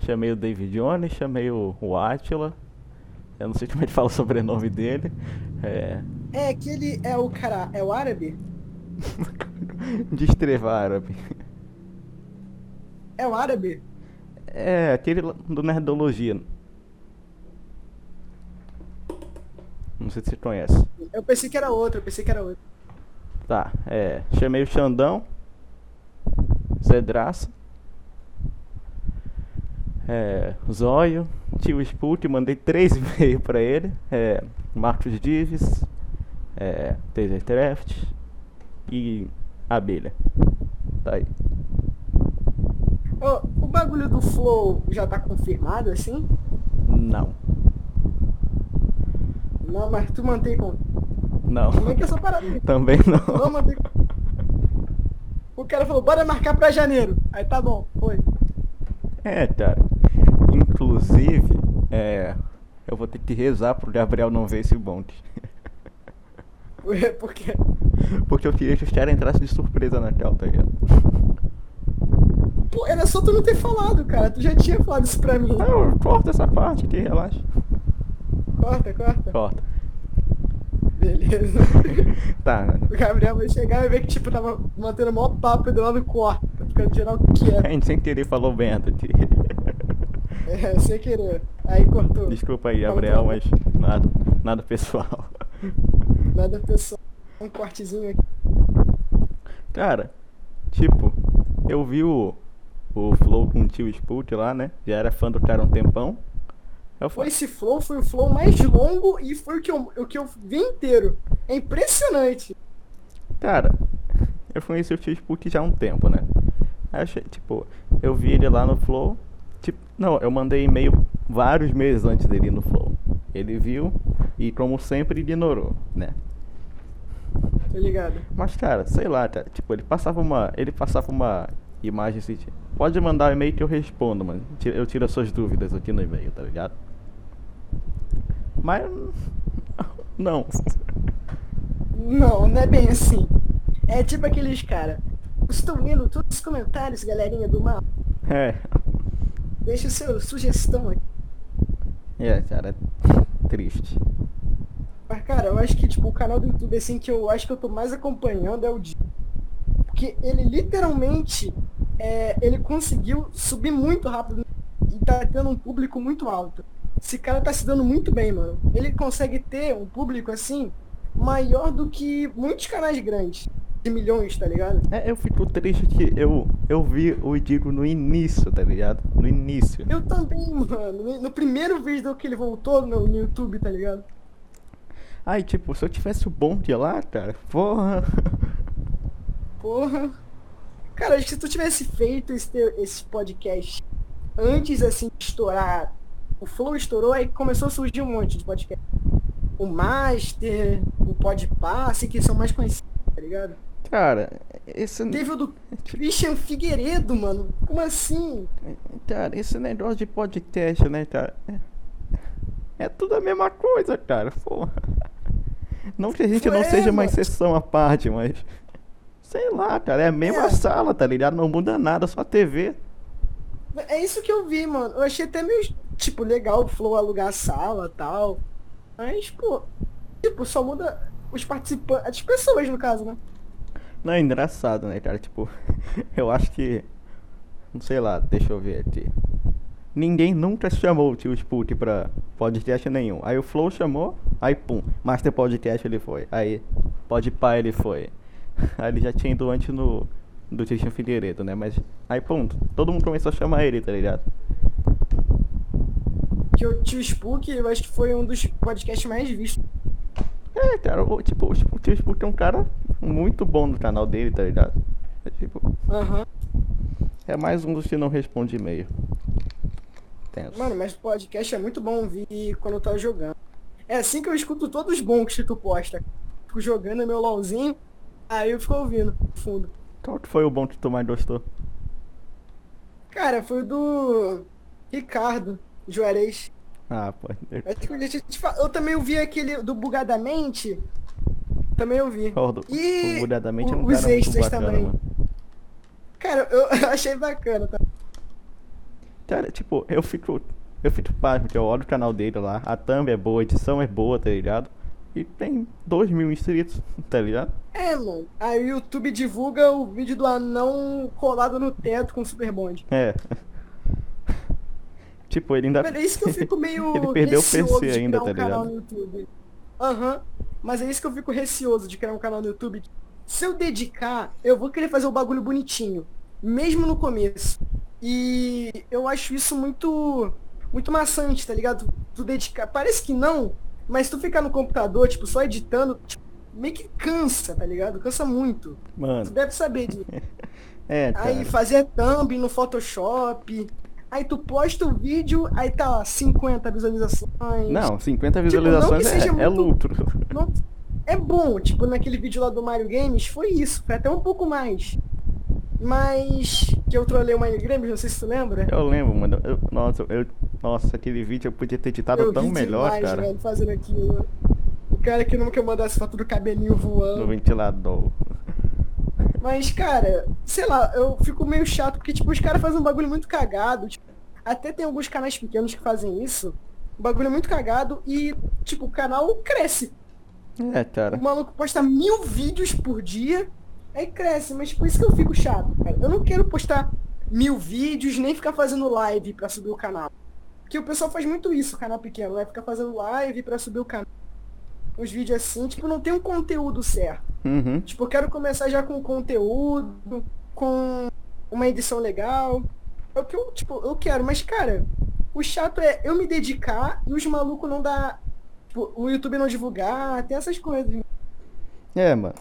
chamei o David Jones, chamei o, o Atila. Eu não sei como ele fala o sobrenome dele. É,
É que ele é o cara, é o árabe?
Destreva árabe.
É o árabe?
É, aquele lá do Nerdologia. Não sei se você conhece.
Eu pensei que era outro, eu pensei que era outro.
Tá, é. Chamei o Xandão. Zé Draça. É, Zóio. Tio Sput, mandei três e-mails pra ele. É, Marcos Dives. É, Tasercraft. E Abelha. Tá aí.
Ô, o bagulho do Flow já tá confirmado assim?
Não.
Não, mas tu mantém com.
Não.
Como é que é essa parada?
Também
Vamos
não.
manter. O cara falou, bora marcar pra janeiro. Aí tá bom, foi.
É, cara. Inclusive, é. Eu vou ter que rezar pro Gabriel não ver esse bonde.
Ué, é Porque.
Porque eu queria que os caras entrassem de surpresa na cal, tá ligado?
Pô, era só tu não ter falado, cara. Tu já tinha falado isso pra mim.
Não, corta essa parte aqui, relaxa.
Corta, corta.
Corta.
Beleza.
Tá.
O Gabriel vai chegar e ver que, tipo, tava mantendo o maior papo e do lado corta. tá Ficando geral
A
quieto.
gente sem querer falou merda aqui.
É, sem querer. Aí cortou.
Desculpa aí,
Não,
Gabriel,
não.
mas nada, nada pessoal.
Nada pessoal. Um cortezinho aqui.
Cara, tipo, eu vi o, o Flow com o tio Spult lá, né? Já era fã do cara há um tempão. Eu
Foi
falei,
esse flow, foi o flow mais longo e foi o que eu, o que eu vi inteiro. É impressionante.
cara, eu conheci o tio Spult já há um tempo, né? Aí eu achei, tipo, eu vi ele lá no Flow. Tipo, não, eu mandei e-mail vários meses antes dele ir no Flow. Ele viu e, como sempre, ignorou, né?
Tá ligado?
Mas, cara, sei lá, cara. Tipo, ele passava uma. Ele passava uma imagem assim. tipo, Pode mandar um e-mail que eu respondo, mano. Ti- Eu tiro as suas dúvidas aqui no e-mail, tá ligado? Mas. Não.
Não, não é bem assim. É tipo aqueles cara. Estou lendo todos os comentários, galerinha do mal.
É.
Deixa o seu sugestão aqui.
É, cara. É triste.
Mas, cara, eu acho que, tipo, o canal do YouTube, assim, que eu acho que eu tô mais acompanhando é o Di. Porque ele literalmente, é, ele conseguiu subir muito rápido e tá tendo um público muito alto. Esse cara tá se dando muito bem, mano. Ele consegue ter um público, assim, maior do que muitos canais grandes. De milhões, tá ligado?
É, eu fico triste que eu, eu vi o Digo no início, tá ligado? No início.
Eu também, mano. No primeiro vídeo que ele voltou no, no YouTube, tá ligado?
Ai, tipo, se eu tivesse o bonde lá, cara, porra.
Porra. Cara, acho que se tu tivesse feito esse, teu- esse podcast antes, assim, de estourar, o Flow estourou, aí começou a surgir um monte de podcast. O Master, o Podpah, assim, que são mais conhecidos, tá ligado?
Cara, esse.
Teve o do Christian Figueiredo, mano. Como assim?
Cara, esse negócio de podcast, né, cara? é- É tudo a mesma coisa, cara. Porra. Não que a gente não
Ué,
seja uma
mano.
exceção à parte, mas. Sei lá, cara. É a mesma
É.
sala, tá ligado? Não muda nada, só a TV.
É isso que eu vi, mano. Eu achei até meio, tipo, legal o Flow alugar a sala e tal. Mas, pô, tipo, só muda os participantes, as pessoas, no caso, né?
Não, é engraçado, né, cara? Tipo, eu acho que. Não sei lá, deixa eu ver aqui. Ninguém nunca chamou o tio Sput pra podcast nenhum. Aí o Flow chamou, aí pum, Master Podcast ele foi. Aí Podpah ele foi. Aí ele já tinha ido antes no do Christian Figueiredo, né? Mas aí pum, todo mundo começou a chamar ele, tá ligado?
que o Tio Spook, eu acho que foi um dos podcasts mais vistos.
É, cara, o, tipo, o tio Sput é um cara muito bom no canal dele, tá ligado? É, tipo,
Aham.
é mais um dos que não responde e-mail. Tenso.
Mano, mas podcast é muito bom ouvir quando eu tava jogando. É assim que eu escuto todos os bons que tu posta. Fico jogando meu LOLzinho, aí eu fico ouvindo no fundo.
Qual que Então, foi o bom que tu mais gostou?
Cara, foi o do Ricardo Juarez.
Ah, pô.
Acho que um eu, já tinha te fal- eu também ouvi aquele do Bugadamente. Também ouvi.
Qual do-
E
o Buradamente é um
os
cara muito
extras
bacana,
também.
mano.
Cara, eu achei bacana, tá?
Cara, tipo, eu fico. Eu fico pasmo, porque eu olho o canal dele lá. A thumb é boa, a edição é boa, tá ligado? E tem 2 mil inscritos, tá ligado?
É, mano. Aí o YouTube divulga o vídeo do anão colado no teto com o Super Bond.
É. Tipo, ele ainda.
Mano, é isso que eu fico meio.
Ele perdeu o
receoso
PC
de
ainda, tá
criar um canal
ligado?
no YouTube. Aham. Mas é isso que eu fico receoso de criar um canal no YouTube. Se eu dedicar, eu vou querer fazer o bagulho bonitinho. Mesmo no começo. E eu acho isso muito. Muito maçante, tá ligado? Tu, tu dedicar. Parece que não, mas tu ficar no computador, tipo, só editando, tipo, meio que cansa, tá ligado? Cansa muito. Tu
Mano,
deve saber disso.
é, cara.
Aí fazer thumb no Photoshop. Aí tu posta o vídeo, aí tá lá, 50 visualizações.
Não, 50 visualizações é,
Tipo, seja
é
muito-
lucro.
Não- É bom, tipo, naquele vídeo lá do Mario Games, foi isso, foi até um pouco mais. Mas. Que eu trolei o Mario Games, não sei se tu lembra.
Eu lembro, mano. eu- nossa, eu, nossa, aquele vídeo eu podia ter editado
eu
tão
ri
melhor,
demais,
cara.
velho, fazendo aquilo. O cara que nunca mandasse foto do cabelinho voando.
No ventilador.
Mas, cara, sei lá, eu fico meio chato, porque, tipo, os caras fazem um bagulho muito cagado. tipo, até tem alguns canais pequenos que fazem isso. Um bagulho muito cagado e, tipo, o canal cresce.
É, cara.
O maluco posta mil vídeos por dia, aí cresce, mas por isso que eu fico chato, cara. Eu não quero postar mil vídeos, nem ficar fazendo live pra subir o canal. Porque o pessoal faz muito isso, canal pequeno, né? Ficar fazendo live pra subir o canal. Os vídeos assim, tipo, não tem um conteúdo certo.
Uhum.
Tipo, eu quero começar já com conteúdo, com uma edição legal. É o que eu, tipo, eu quero, mas, cara, o chato é eu me dedicar e os malucos não dar. Tipo, o YouTube não divulgar, tem essas coisas.
É, mano.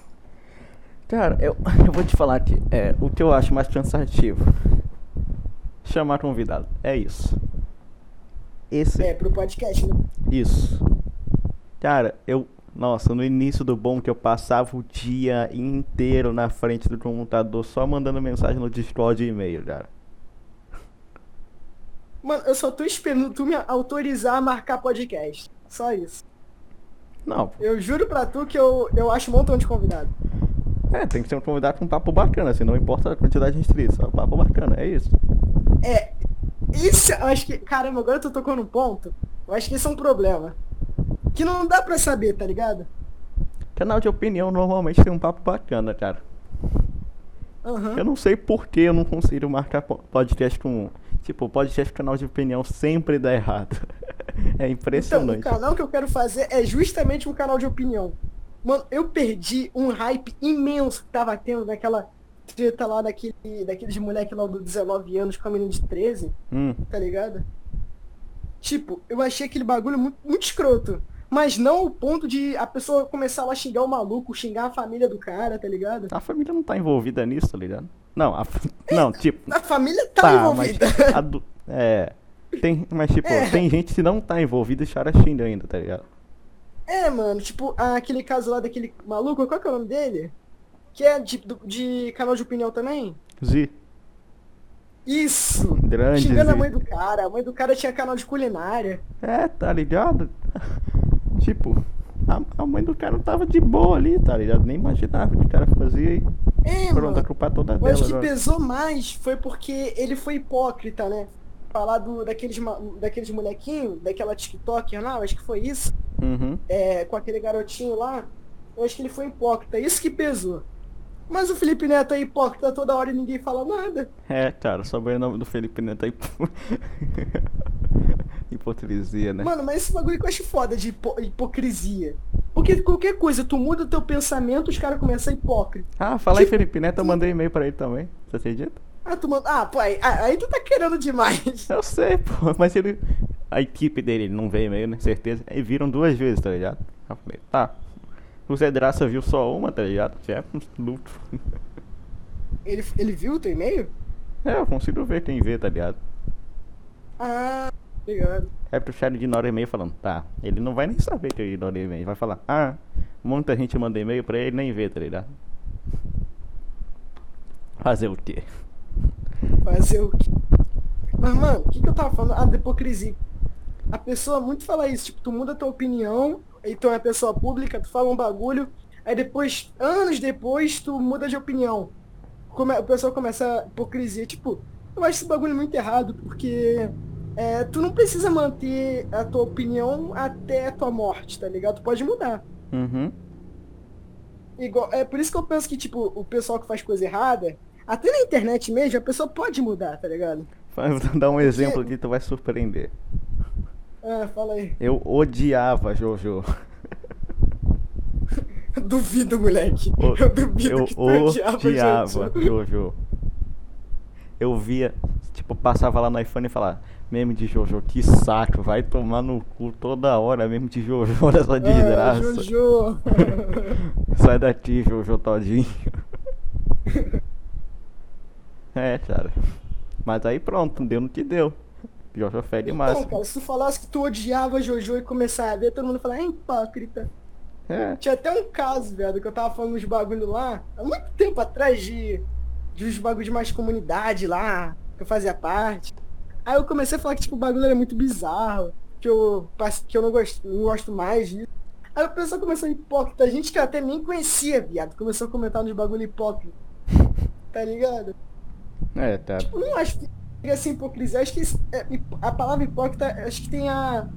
Cara, eu, eu vou te falar que é, o que eu acho mais cansativo. Chamar convidado. É isso. Esse.
É, pro podcast, né?
Isso. Cara, eu. Nossa, no início do bom que eu passava o dia inteiro na frente do computador só mandando mensagem no Discord e e-mail, cara.
Mano, eu só tô esperando tu me autorizar a marcar podcast. Só isso.
Não, pô.
Eu juro pra tu que eu, eu acho um montão de convidado.
é, tem que ser um convidado com papo bacana, assim, não importa a quantidade de inscritos, só papo bacana, é isso.
É. Isso, eu acho que. Caramba, agora tu tocou num ponto. Eu acho que isso é um problema. Que não dá pra saber, tá ligado?
Canal de opinião normalmente tem um papo bacana, cara.
Aham.
Eu não sei por que eu não consigo marcar po- podcast com. Tipo, podcast com canal de opinião sempre dá errado. É
Então, o
impressionante.
canal que eu quero fazer é justamente um canal de opinião. Mano, eu perdi um hype imenso que tava tendo naquela treta lá daquele, daqueles moleque lá dos 19 anos com a menina de 13.
Hum,
tá ligado? Tipo, eu achei aquele bagulho muito, muito escroto. Mas não o ponto de a pessoa começar lá a xingar o maluco, xingar a família do cara, tá ligado?
a família não tá envolvida nisso, tá ligado? Não, a, fa- não, tipo.
A família tá,
mas.
envolvida.
a do- é. Tem, mas, tipo,
É.
tem gente que não tá envolvida e chora xinga ainda, tá ligado?
É, mano, tipo, aquele caso lá daquele maluco, qual que é o nome dele? Que é de, do- de canal de opinião também?
Zi,
Isso!
grande.
Xingando a
Zi.
mãe do cara. A mãe do cara tinha canal de culinária.
É, tá ligado? tipo, a, a mãe do cara tava de boa ali, tá ligado? Nem imaginava o que o cara fazia e
É,
pronto,
mano.
a culpa é toda
Eu
dela.
acho que
agora.
pesou mais foi porque ele foi hipócrita, né? Falar do, daqueles, ma- daqueles molequinhos, daquela TikToker lá, eu acho que foi isso,
Uhum.
é, com aquele garotinho lá. Eu acho que ele foi hipócrita, isso que pesou. Mas o Felipe Neto é hipócrita toda hora e ninguém fala nada.
É, cara, o sobrenome do Felipe Neto é hipo... hipocrisia, né?
Mano, mas esse bagulho que eu acho foda de hipo- hipocrisia. Porque qualquer coisa, tu muda teu pensamento, os caras começam a ser hipócrita.
Ah, fala aí
tipo,
Felipe Neto, eu mandei e-mail pra ele também. Você acredita?
Ah, tu manda. Ah, pô, aí, aí tu tá querendo demais.
Eu sei, pô, mas ele. A equipe dele ele não veio e-mail, né? Certeza. E viram duas vezes, tá ligado? Eu falei, tá. O Zé Graça viu só uma, tá ligado? Já é um luto.
Ele, ele viu o teu e-mail?
É, eu consigo ver quem vê, tá ligado?
Ah, obrigado.
É pro cara ignora e-mail falando, tá. Ele não vai nem saber que é eu ignorei e-mail. Vai falar, ah, muita gente manda e-mail pra ele nem vê, tá ligado? Fazer o quê?
Fazer o quê? Mas, mano, o que, que eu tava falando? Ah, da hipocrisia. A pessoa muito fala isso, tipo, tu muda tua opinião, aí tu é uma pessoa pública, tu fala um bagulho, aí depois, anos depois, tu muda de opinião. Come, o pessoal começa a hipocrisia. Tipo, eu acho esse bagulho muito errado, porque é, tu não precisa manter a tua opinião até a tua morte, tá ligado? Tu pode mudar.
Uhum.
Igual, é por isso que eu penso que, tipo, o pessoal que faz coisa errada, até na internet mesmo, a pessoa pode mudar, tá ligado?
Vai dar um exemplo aqui, tu vai surpreender.
Ah, fala aí.
Eu odiava Jojo.
Duvido, moleque.
O-
eu duvido
Eu
que tu odiava,
odiava
gente.
Jojo. Eu via, tipo, passava lá no iPhone e falava, meme de Jojo, que saco, vai tomar no cu toda hora, meme de Jojo, olha essa
Ah,
desgraça.
Jojo.
Sai daqui, Jojo Todinho. é, cara. Mas aí pronto, deu no que deu. é Jojo fede
Então,
máximo.
cara, se tu falasse que tu odiava Jojo e começar a ver, todo mundo ia falar, é hipócrita.
É.
Tinha até um caso, velho, que eu tava falando uns bagulho lá, há muito tempo atrás de, de uns bagulho de mais comunidade lá, que eu fazia parte. Aí eu comecei a falar que, tipo, o bagulho era muito bizarro, que eu, passe- que eu não, gosto, não gosto mais disso. Aí o pessoal começou a hipócrita, gente que eu até nem conhecia, viado, começou a comentar nos bagulho hipócrita. Tá ligado?
É, cara.
Eu não acho que seria assim hipocrisia, acho que isso- é, hip- a palavra hipócrita, acho que tem a.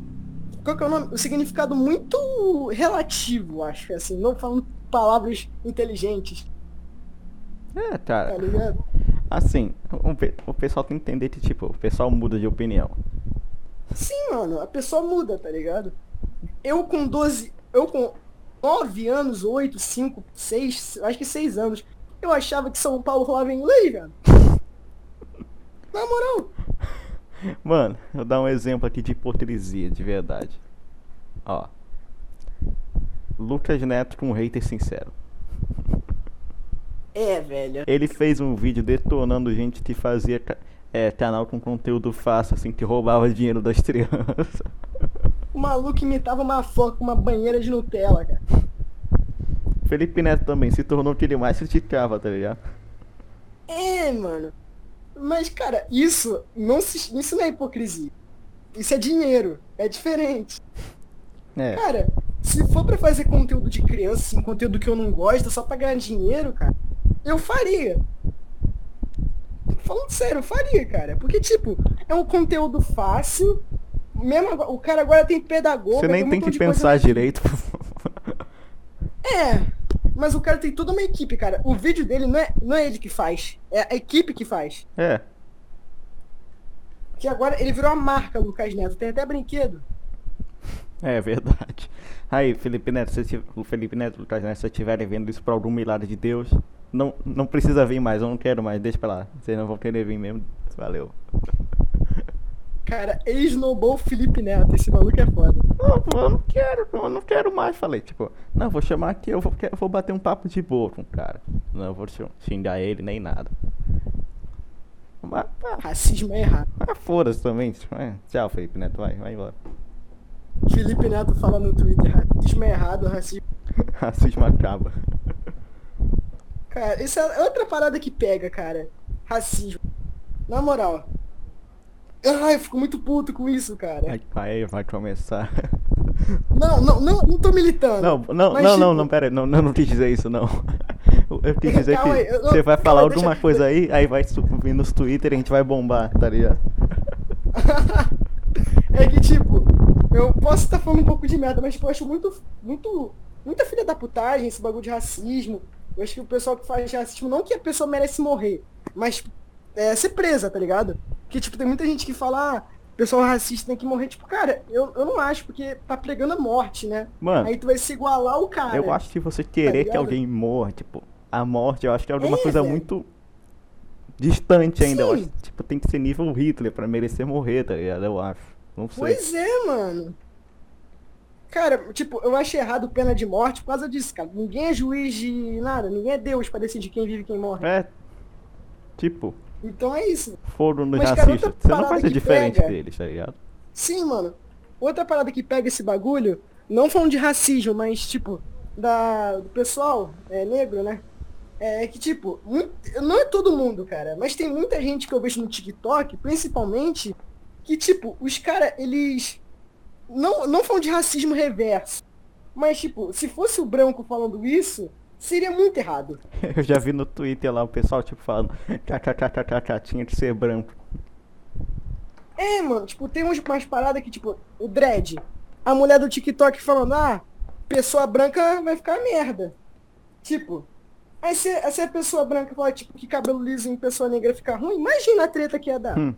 Qual que é o nome? O significado muito relativo, acho, assim, não falando palavras inteligentes,
É,
tá
cara.
ligado?
Assim, o, pe- o pessoal tem que entender que, tipo, o pessoal muda de opinião.
Sim, mano, a pessoa muda, tá ligado? Eu com 12, eu com 9 anos, 8, 5, 6, acho que 6 anos, eu achava que São Paulo falava inglês, velho. Na moral,
Mano, eu vou dar um exemplo aqui de hipocrisia, de verdade. Ó. Lucas Neto com um hater sincero.
é, velho.
Ele fez um vídeo detonando gente que fazia ca- é, canal com conteúdo fácil, assim, que roubava dinheiro das crianças.
O maluco imitava uma foca com uma banheira de Nutella, cara.
Felipe Neto também se tornou o que ele mais criticava, tá ligado?
É, mano. Mas, cara, isso não, se, isso não é hipocrisia. Isso é dinheiro. É diferente.
É.
Cara, se for pra fazer conteúdo de criança, assim, conteúdo que eu não gosto, só pra ganhar dinheiro, cara, eu faria. Falando sério, eu faria, cara. Porque, tipo, é um conteúdo fácil. Mesmo agora- o cara agora tem um pedagogo.
Você nem tem que pensar direito. por favor.
É, mas o cara tem toda uma equipe, cara. O vídeo dele não é, não é ele que faz. É a equipe que faz.
é.
Que agora ele virou a marca Lucas Neto. Tem até brinquedo.
É verdade. Aí, Felipe Neto, se tiv- o Felipe Neto, Lucas Neto, se vocês estiverem vendo isso por algum milagre de Deus, não, não precisa vir mais, eu não quero mais, deixa pra lá. Vocês não vão querer vir mesmo. Valeu.
Cara, esnobou Felipe Neto. Esse maluco é foda.
Não, pô, eu não quero, eu não quero mais. Falei, tipo, não, vou chamar aqui, eu vou, que- eu vou bater um papo de boa com o cara. Não vou xing- xingar ele nem nada. Mas, ah,
Racismo é errado.
mas foda-se também. tipo, é. Tchau, Felipe Neto, vai, vai embora.
Felipe Neto fala no Twitter, racismo é errado, racismo.
Racismo acaba.
Cara, isso é outra parada que pega, cara. Racismo. Na moral. Ai, eu fico muito puto com isso, cara.
Aí, aí vai começar.
Não, não, não, não tô militando.
Não, não,
Mas,
não,
tipo,
não, não, pera aí, não, não, não quis dizer isso, não. Eu quis dizer
Calma aí,
que
eu-
você vai
calma,
falar
deixa-
alguma coisa aí, aí vai subir nos Twitter e a gente vai bombar, tá ligado?
é que, tipo, eu posso estar falando um pouco de merda, mas tipo, eu acho muito, muito, muita filha da putagem esse bagulho de racismo. Eu acho que o pessoal que faz racismo, não que a pessoa merece morrer, mas é, ser presa, tá ligado? Porque, tipo, tem muita gente que fala, ah, pessoal racista tem que morrer. Tipo, cara, eu, eu não acho, porque tá pregando a morte, né?
Mano.
Aí tu vai se igualar ao cara.
Ah. Eu acho que você querer que
ligado?
alguém morra, tipo, a morte, eu acho que é alguma
É,
coisa
velho.
muito distante ainda. Eu
Sim.
acho, que, tipo, tem que ser nível Hitler pra merecer morrer, tá ligado? Eu acho. Não sei.
Pois é, mano. Cara, tipo, eu acho errado pena de morte por causa disso, cara. Ninguém é juiz de nada, ninguém é Deus pra decidir quem vive e quem morre.
É. Tipo,
Então é isso.
foram nos
Mas, cara,
racistas.
outra
Você não
parada
vai ser
que
diferente
pega-
deles, tá ligado?
Sim, mano. Outra parada que pega esse bagulho, não falando de racismo, mas tipo, da, do pessoal é, negro, né? É que, tipo, muito- não é todo mundo, cara, mas tem muita gente que eu vejo no TikTok, principalmente, que, tipo, os caras, eles. Não, não falam de racismo reverso. Mas, tipo, se fosse o branco falando isso, seria muito errado.
Eu já vi no Twitter lá o pessoal, tipo, falando, kkkkk, tinha que ser branco.
É, mano, tipo, tem uns- umas paradas que, tipo, o dread. A mulher do TikTok falando, ah, pessoa branca vai ficar merda. Tipo, aí se, aí se a pessoa branca falar, tipo, que cabelo liso em pessoa negra fica ruim, imagina a treta que ia dar.
Hum.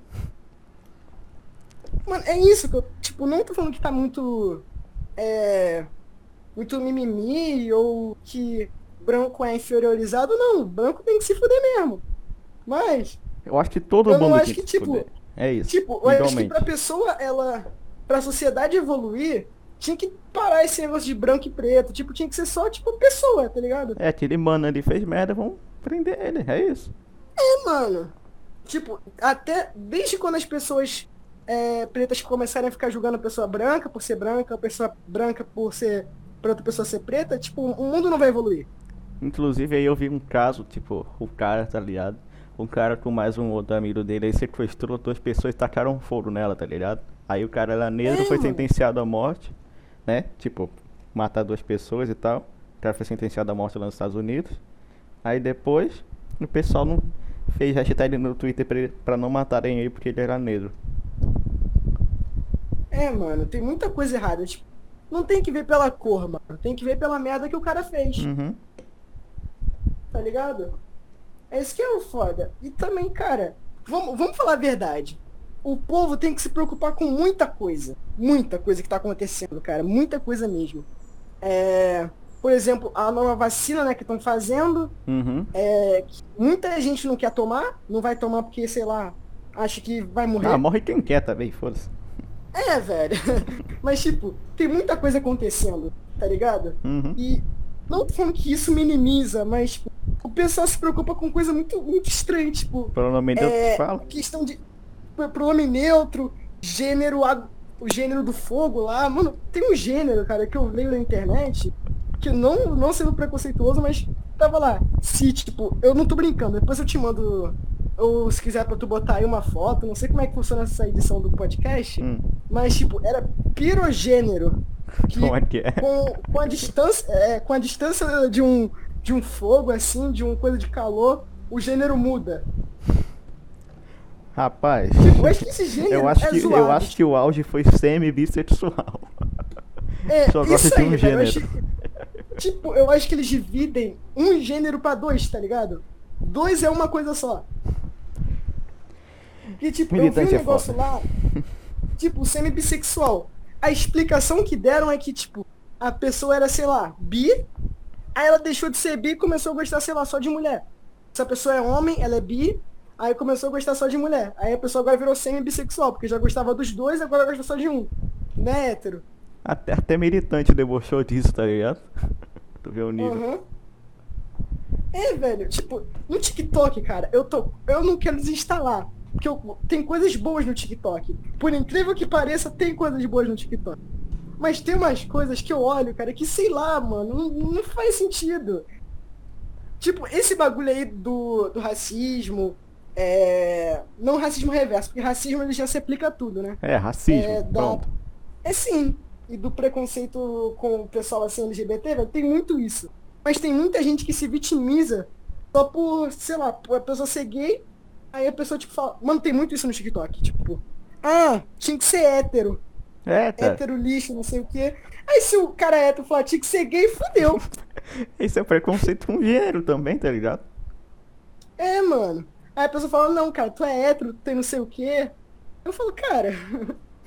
Mano, é isso que eu, tipo, não tô falando que tá muito, é, muito mimimi ou que branco é inferiorizado, não. Branco tem que se fuder mesmo. Mas,
Eu acho que todo
Eu não
mundo
acho
tem
que,
que
tipo,
se fuder. É isso.
tipo, eu acho que
igualmente.
pra pessoa, ela. Pra sociedade evoluir, tinha que parar esse negócio de branco e preto. Tipo, tinha que ser só, tipo, pessoa, tá ligado?
É, aquele mano ali fez merda, vamos prender ele. É isso.
É, mano. Tipo, até desde quando as pessoas é, pretas começarem a ficar julgando a pessoa branca por ser branca, a pessoa branca por ser. pra outra pessoa ser preta, tipo, o mundo não vai evoluir.
Inclusive aí eu vi um caso, tipo, o cara, tá ligado? Um cara com mais um outro amigo dele aí sequestrou duas pessoas e tacaram fogo nela, tá ligado? Aí o cara lá negro
É,
foi
mano.
sentenciado à morte, né? Tipo, matar duas pessoas e tal. O cara foi sentenciado à morte lá nos Estados Unidos. Aí depois, o pessoal não fez hashtag no Twitter pra, ele, pra não matarem ele porque ele era negro.
É, mano, tem muita coisa errada. Tipo, não tem que ver pela cor, mano. Tem que ver pela merda que o cara fez,
Uhum.
tá ligado? É isso que é o foda. E também, cara, vamos, vamos falar a verdade. O povo tem que se preocupar com muita coisa. Muita coisa que tá acontecendo, cara. Muita coisa mesmo. É, por exemplo, a nova vacina, né, que estão fazendo.
Uhum.
é, que muita gente não quer tomar. Não vai tomar porque, sei lá, acha que vai morrer.
Ah, morre quem quer também, foda-se.
É, velho. Mas, tipo, tem muita coisa acontecendo, tá ligado?
Uhum.
E não tô falando que isso minimiza, mas tipo, o pessoal se preocupa com coisa muito, muito estranha, tipo,
Pelo nome de Deus,
é,
fala.
questão de pro- pronome neutro, gênero, ag- o gênero do fogo lá. Mano, tem um gênero, cara, que eu leio na internet, que não, não sendo preconceituoso, mas tava lá. Se, tipo, eu não tô brincando, depois eu te mando, ou se quiser pra tu botar aí uma foto, não sei como é que funciona essa edição do podcast,
Hum,
mas, tipo, era pirogênero. Que
como é que é?
com, com a distância é, com a distância de um de um fogo assim de uma coisa de calor o gênero muda
Rapaz.
tipo, eu acho que esse gênero
Eu acho,
é
que,
zoado
eu acho que o auge foi semi-bissexual.
é,
só
isso
gosto de
aí,
um
velho, eu acho
gênero.
que- tipo eu acho que eles dividem um gênero pra dois tá ligado dois é uma coisa só e tipo eu vi um
Militante é
negócio
foda.
lá tipo semi bissexual a explicação que deram é que tipo a pessoa era sei lá bi Aí ela deixou de ser bi e começou a gostar, sei lá, só de mulher. Se a pessoa é homem, ela é bi, aí começou a gostar só de mulher. Aí a pessoa agora virou semi-bissexual, porque já gostava dos dois, agora gosta só de um. Né, hétero?
Até, até militante debochou disso, tá ligado? Tu vê o nível.
Aham. É, velho, tipo, no TikTok, cara, eu tô. Eu não quero desinstalar. Porque eu- tem coisas boas no TikTok. Por incrível que pareça, tem coisas boas no TikTok. Mas tem umas coisas que eu olho, cara, que sei lá, mano, não, não faz sentido. Tipo, esse bagulho aí do, do racismo. É. Não racismo reverso, porque racismo ele já se aplica a tudo, né?
É, racismo.
É, dá-
pronto.
É sim. E do preconceito com o pessoal assim LGBT, velho, tem muito isso. Mas tem muita gente que se vitimiza só por, sei lá, por a pessoa ser gay, aí a pessoa tipo fala. Mano, tem muito isso no TikTok, tipo, ah, tinha que ser hétero,
É, tá.
hétero lixo, não sei o quê. Aí se o cara é hétero falar, tinha que ser gay, fudeu.
Isso é preconceito com gênero também, tá ligado?
É, mano. Aí a pessoa fala, não, cara, tu é hétero, tu tem não sei o quê. Eu falo, cara.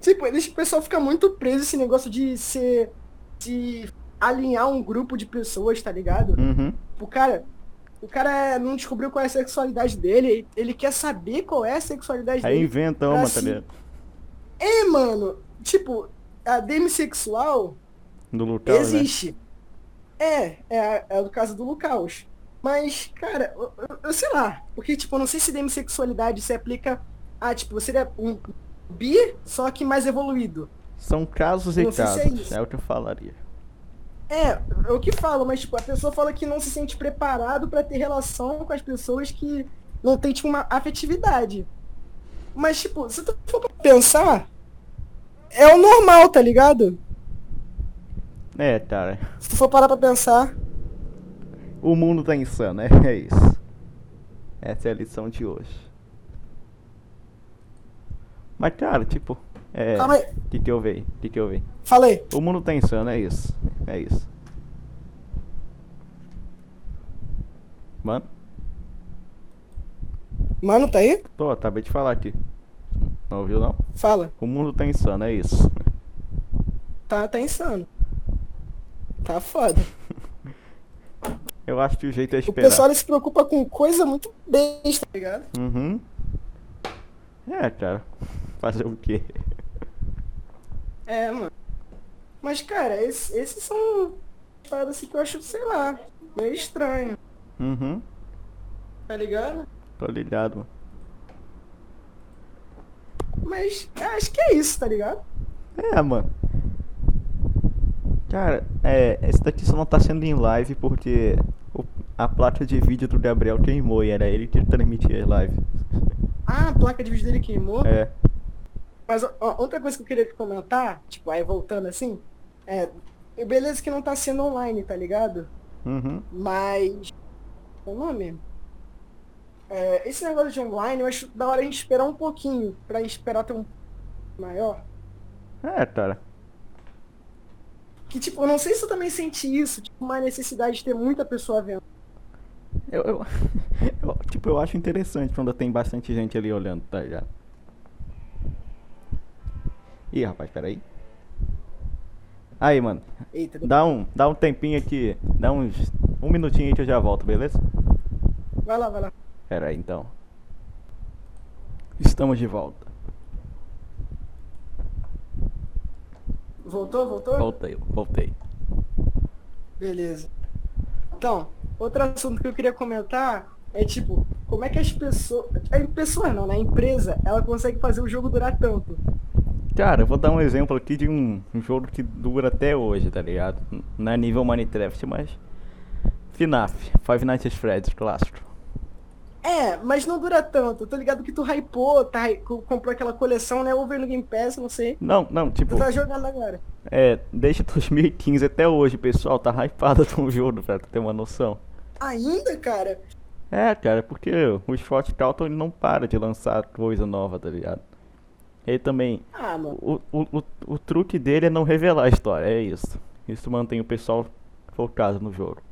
tipo, eles, o pessoal fica muito preso esse negócio de ser. de alinhar um grupo de pessoas, tá ligado?
Uhum.
O cara. O cara não descobriu qual é a sexualidade dele, ele quer saber qual é a sexualidade
Aí
dele.
inventa uma, tá
Assim.
ligado?
É, mano, tipo, a demissexual
Do Lucas,
existe. É, é, é o caso do Lucaus. Mas, cara, eu, eu- eu sei lá. Porque, tipo, eu não sei se demissexualidade se aplica a, tipo, você é um bi, só que mais evoluído.
né? São casos e
Não sei se é
casos.
isso.
é o que eu falaria.
É, é o que falo, mas, tipo, a pessoa fala que não se sente preparado pra ter relação com as pessoas que não tem, tipo, uma afetividade. Mas, tipo, se tu for pra pensar, é o normal, tá ligado?
É, cara.
Se tu for parar pra pensar.
O mundo tá insano, é, é isso. Essa é a lição de hoje. Mas, cara, tipo. É.
Calma aí,
O que, que eu vi? O que, que eu vi?
falei.
O mundo tá insano, é isso. É isso. Mano,
Mano, tá aí?
tô, acabei de falar aqui. Não ouviu não?
Fala.
O mundo tá insano, é isso.
Tá, tá insano. Tá foda.
Eu acho que o jeito é
O
esperar.
pessoal ele se preocupa com coisa muito besta, tá ligado?
Uhum. É, cara. Fazer o quê?
É, mano. Mas, cara, esse- esses são paradas assim que eu acho, sei lá, meio estranho,
Uhum.
tá ligado?
Tô ligado, mano.
Mas eu acho que é isso, tá ligado?
É, mano. Cara, é, esse daqui só não tá sendo em live porque o- a placa de vídeo do Gabriel queimou e era ele que transmitia as lives.
Ah, a placa de vídeo dele queimou.
É.
Mas ó, outra coisa que eu queria comentar, tipo, aí voltando assim, é. Beleza que não tá sendo online, tá ligado?
Uhum.
Mas. Qual é o nome? É, esse negócio de online, eu acho da hora a gente esperar um pouquinho, pra esperar ter um maior.
É, cara.
Que tipo, eu não sei se eu também senti isso, tipo, uma necessidade de ter muita pessoa vendo.
Eu, eu, eu- tipo, eu acho interessante quando tem bastante gente ali olhando, tá ligado? Ih, rapaz, peraí. Aí, mano,
Eita,
dá um, dá um tempinho aqui, dá uns um minutinho aí que eu já volto, beleza?
vai lá, vai lá.
Peraí, então. Estamos de volta.
Voltou, voltou?
Voltei, voltei.
Beleza. Então, outro assunto que eu queria comentar é tipo, como é que as pessoas. A pessoa não, né? A empresa, ela consegue fazer o jogo durar tanto.
Cara, eu vou dar um exemplo aqui de um um jogo que dura até hoje, tá ligado? N- Não é nível Minecraft, mas... FNAF, Five Nights at Freddy's, clássico.
É, mas não dura tanto. Tô ligado que tu hypou, tá, hy- co- comprou aquela coleção, né? Ou veio no Game Pass, não sei.
Não, não, tipo...
Tu tá jogando agora.
É, desde 2015 até hoje, pessoal, tá hypado com o jogo, pra tu ter uma noção.
Ainda, cara?
É, cara, porque o Scott Calton ele não para de lançar coisa nova, tá ligado? Ele também.
Ah, mano.
O, o, o, o truque dele é não revelar a história, é isso. Isso mantém o pessoal focado no jogo.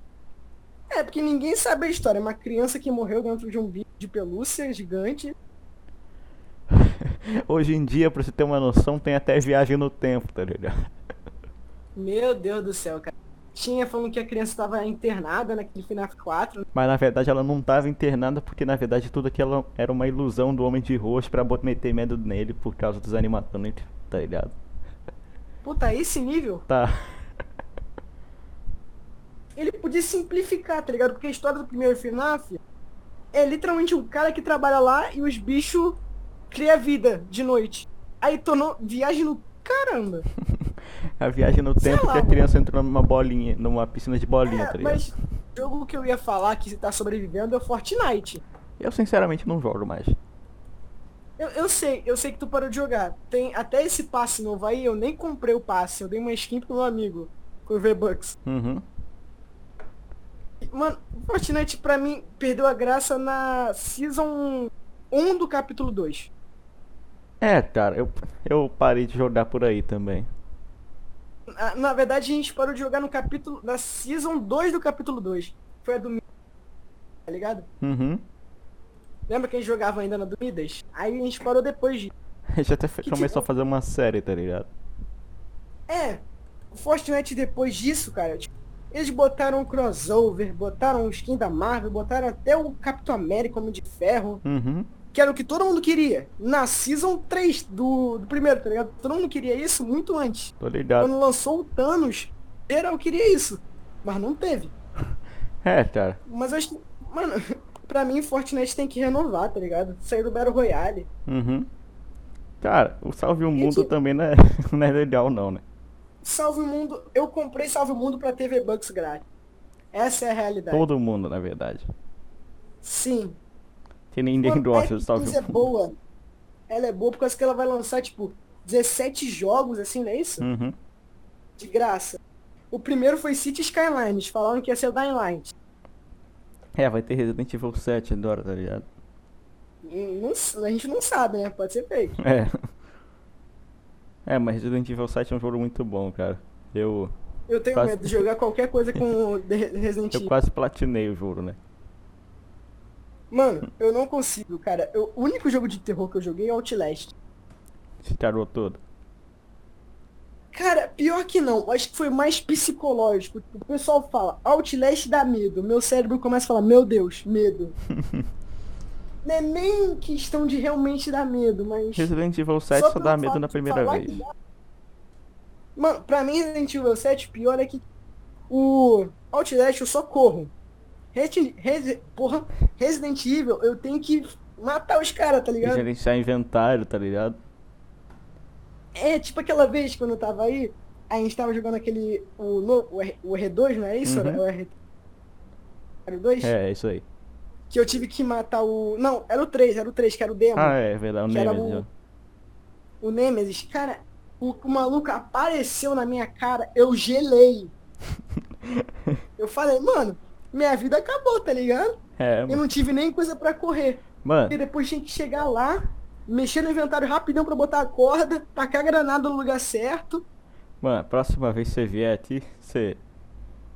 É, porque ninguém sabe a história. É uma criança que morreu dentro de um bicho de pelúcia gigante.
Hoje em dia, pra você ter uma noção, tem até viagem no tempo, tá ligado?
Meu Deus do céu, cara. Tinha falando que a criança tava internada né, naquele FNAF 4,
Mas na verdade ela não tava internada porque na verdade tudo aquilo era uma ilusão do homem de rosto pra bot- meter medo nele por causa dos animatrônicos, tá ligado?
Puta, esse nível,
Tá.
ele podia simplificar, tá ligado? Porque a história do primeiro FNAF é literalmente um cara que trabalha lá e os bichos criam vida de noite. Aí tornou viagem no caramba.
A viagem no
Sei
tempo
lá,
que a
mano.
criança entrou numa bolinha, numa piscina de bolinha, tá
É,
ligado?
mas o jogo que eu ia falar que tá sobrevivendo é o Fortnite.
Eu sinceramente não jogo mais.
Eu, eu sei, eu sei que tu parou de jogar. Tem até esse passe novo aí, eu nem comprei o passe, eu dei uma skin pro meu amigo com V-Bucks.
Uhum.
Mano, Fortnite pra mim perdeu a graça na Season 1 do capítulo 2.
É, cara, eu, eu parei de jogar por aí também.
Ah, Na verdade, a gente parou de jogar no capítulo. Na Season 2 do capítulo 2. Foi a do Mi- Tá ligado?
Uhum.
Lembra que a gente jogava ainda na do Midas? Aí a gente parou depois de.
A gente até fe-
Que
começou
tipo-
a fazer uma série, tá ligado?
É, o Fortnite depois disso, cara. tipo, eles botaram o crossover, botaram o skin da Marvel, botaram até o Capitão América, Homem de Ferro,
Uhum.
que era o que todo mundo queria. Na Season 3 do, do primeiro, tá ligado? Todo mundo queria isso muito antes.
Tô ligado.
Quando lançou o Thanos, geral queria isso. Mas não teve.
É, cara.
Mas eu acho que, mano, pra mim Fortnite tem que renovar, tá ligado? Sair do Battle Royale.
Uhum. Cara, o Salve o Mundo
Gente-
também não é, não é legal, não, né?
Salve o mundo, eu comprei Salve o Mundo pra TV Bucks grátis. Essa é a realidade.
Todo mundo, na verdade.
Sim.
Que ninguém
Mano,
gosta do
Epic
Salve
Games
o
é
Mundo.
boa. Ela é boa por causa que ela vai lançar, tipo, 17 jogos, assim, não é isso?
Uhum.
De graça. O primeiro foi City Skylines, falaram que ia ser o Dying Light.
É, vai ter Resident Evil 7 agora, tá ligado?
Hum, não s- a gente não sabe, né? Pode ser fake.
É. É, mas Resident Evil 7 é um jogo muito bom, cara. Eu,
Eu tenho
Quase-
medo de jogar qualquer coisa com o The Resident
eu
Evil.
quase platinei o jogo, né?
Mano, eu não consigo, cara. Eu- o único jogo de terror que eu joguei é Outlast.
Esse tarô todo.
Cara, pior que não. Acho que foi mais psicológico. O pessoal fala, Outlast dá medo. Meu cérebro começa a falar, meu Deus, medo. não é nem questão de realmente dar medo, mas.
Resident Evil 7 só,
pelo
dá medo
fato
na
de
primeira
falar
vez.
que dá- Mano, pra mim Resident Evil 7, pior é que o Outlast eu só corro. Resi... Resi... Porra, Resident Evil eu tenho que matar os caras, tá ligado?
Gerenciar inventário, tá ligado?
É, tipo aquela vez quando eu tava aí, a gente tava jogando aquele. O, no- o, R, o R2, não é isso?
Uhum.
Era O R... Era o 2?
É, é isso aí.
Que eu tive que matar o. Não, era o 3, era o 3, que era o demo.
Ah, é verdade, o
Que era um-
Nemesis. ó.
o- O Nemesis, cara, o, o maluco apareceu na minha cara, eu gelei. eu falei, mano, minha vida acabou, tá ligado?
É,
Eu
mano.
não tive nem coisa pra correr. E
Mano,
depois tinha que chegar lá, mexer no inventário rapidão pra botar a corda, tacar a granada no lugar certo.
mano, próxima vez que você vier aqui, você.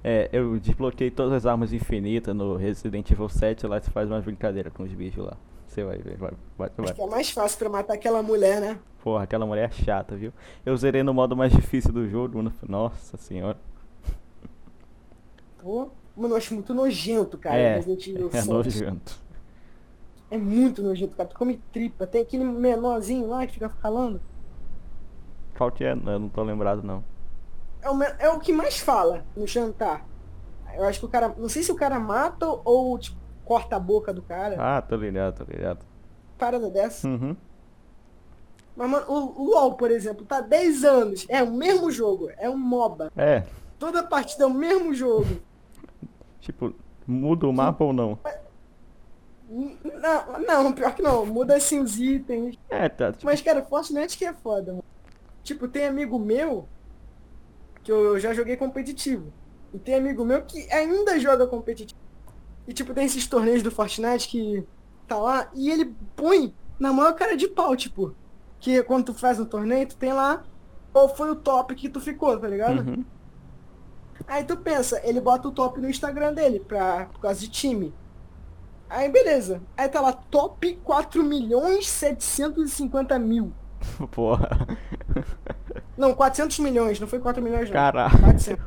É, eu desbloqueei todas as armas infinitas no Resident Evil 7 lá, você faz umas brincadeiras com os bichos lá. Você vai ver, vai, vai, vai.
Acho que é mais fácil pra matar aquela mulher, né?
Porra, aquela mulher é chata, viu? Eu zerei no modo mais difícil do jogo, mano. Nossa senhora.
Pô, mano, eu acho muito nojento, cara.
é,
Resident Evil
é
7.
nojento.
É muito nojento, cara. Tu come tripa. Tem aquele menorzinho lá que fica falando.
Qual que é? Eu não tô lembrado, não.
É o, men- é o que mais fala no jantar. Eu acho que o cara. Não sei se o cara mata ou, tipo, corta a boca do cara.
Ah, tô ligado, tô ligado.
Parada dessa.
Uhum.
Mas, mano, o, o LOL, por exemplo, tá 10 anos. É o mesmo jogo. É um MOBA.
É,
Toda partida é o mesmo jogo.
tipo, muda o mapa ou não?
N- Não, não, pior que não. Muda assim os itens.
É, tá. Tipo,
Mas, cara, Fortnite que é foda, mano. Tipo, tem amigo meu que eu, eu já joguei competitivo. E tem amigo meu que ainda joga competitivo. E, tipo, tem esses torneios do Fortnite que tá lá e ele põe na maior cara de pau, tipo. Que quando tu faz um torneio, tu tem lá qual foi o top que tu ficou, tá ligado?
uhum.
Aí tu pensa, ele bota o top no Instagram dele, pra, por causa de time. Aí beleza. Aí tá lá, top 4 milhões 750 mil.
Porra.
Não, 400 milhões, não foi 4 milhões não.
Caralho.
400.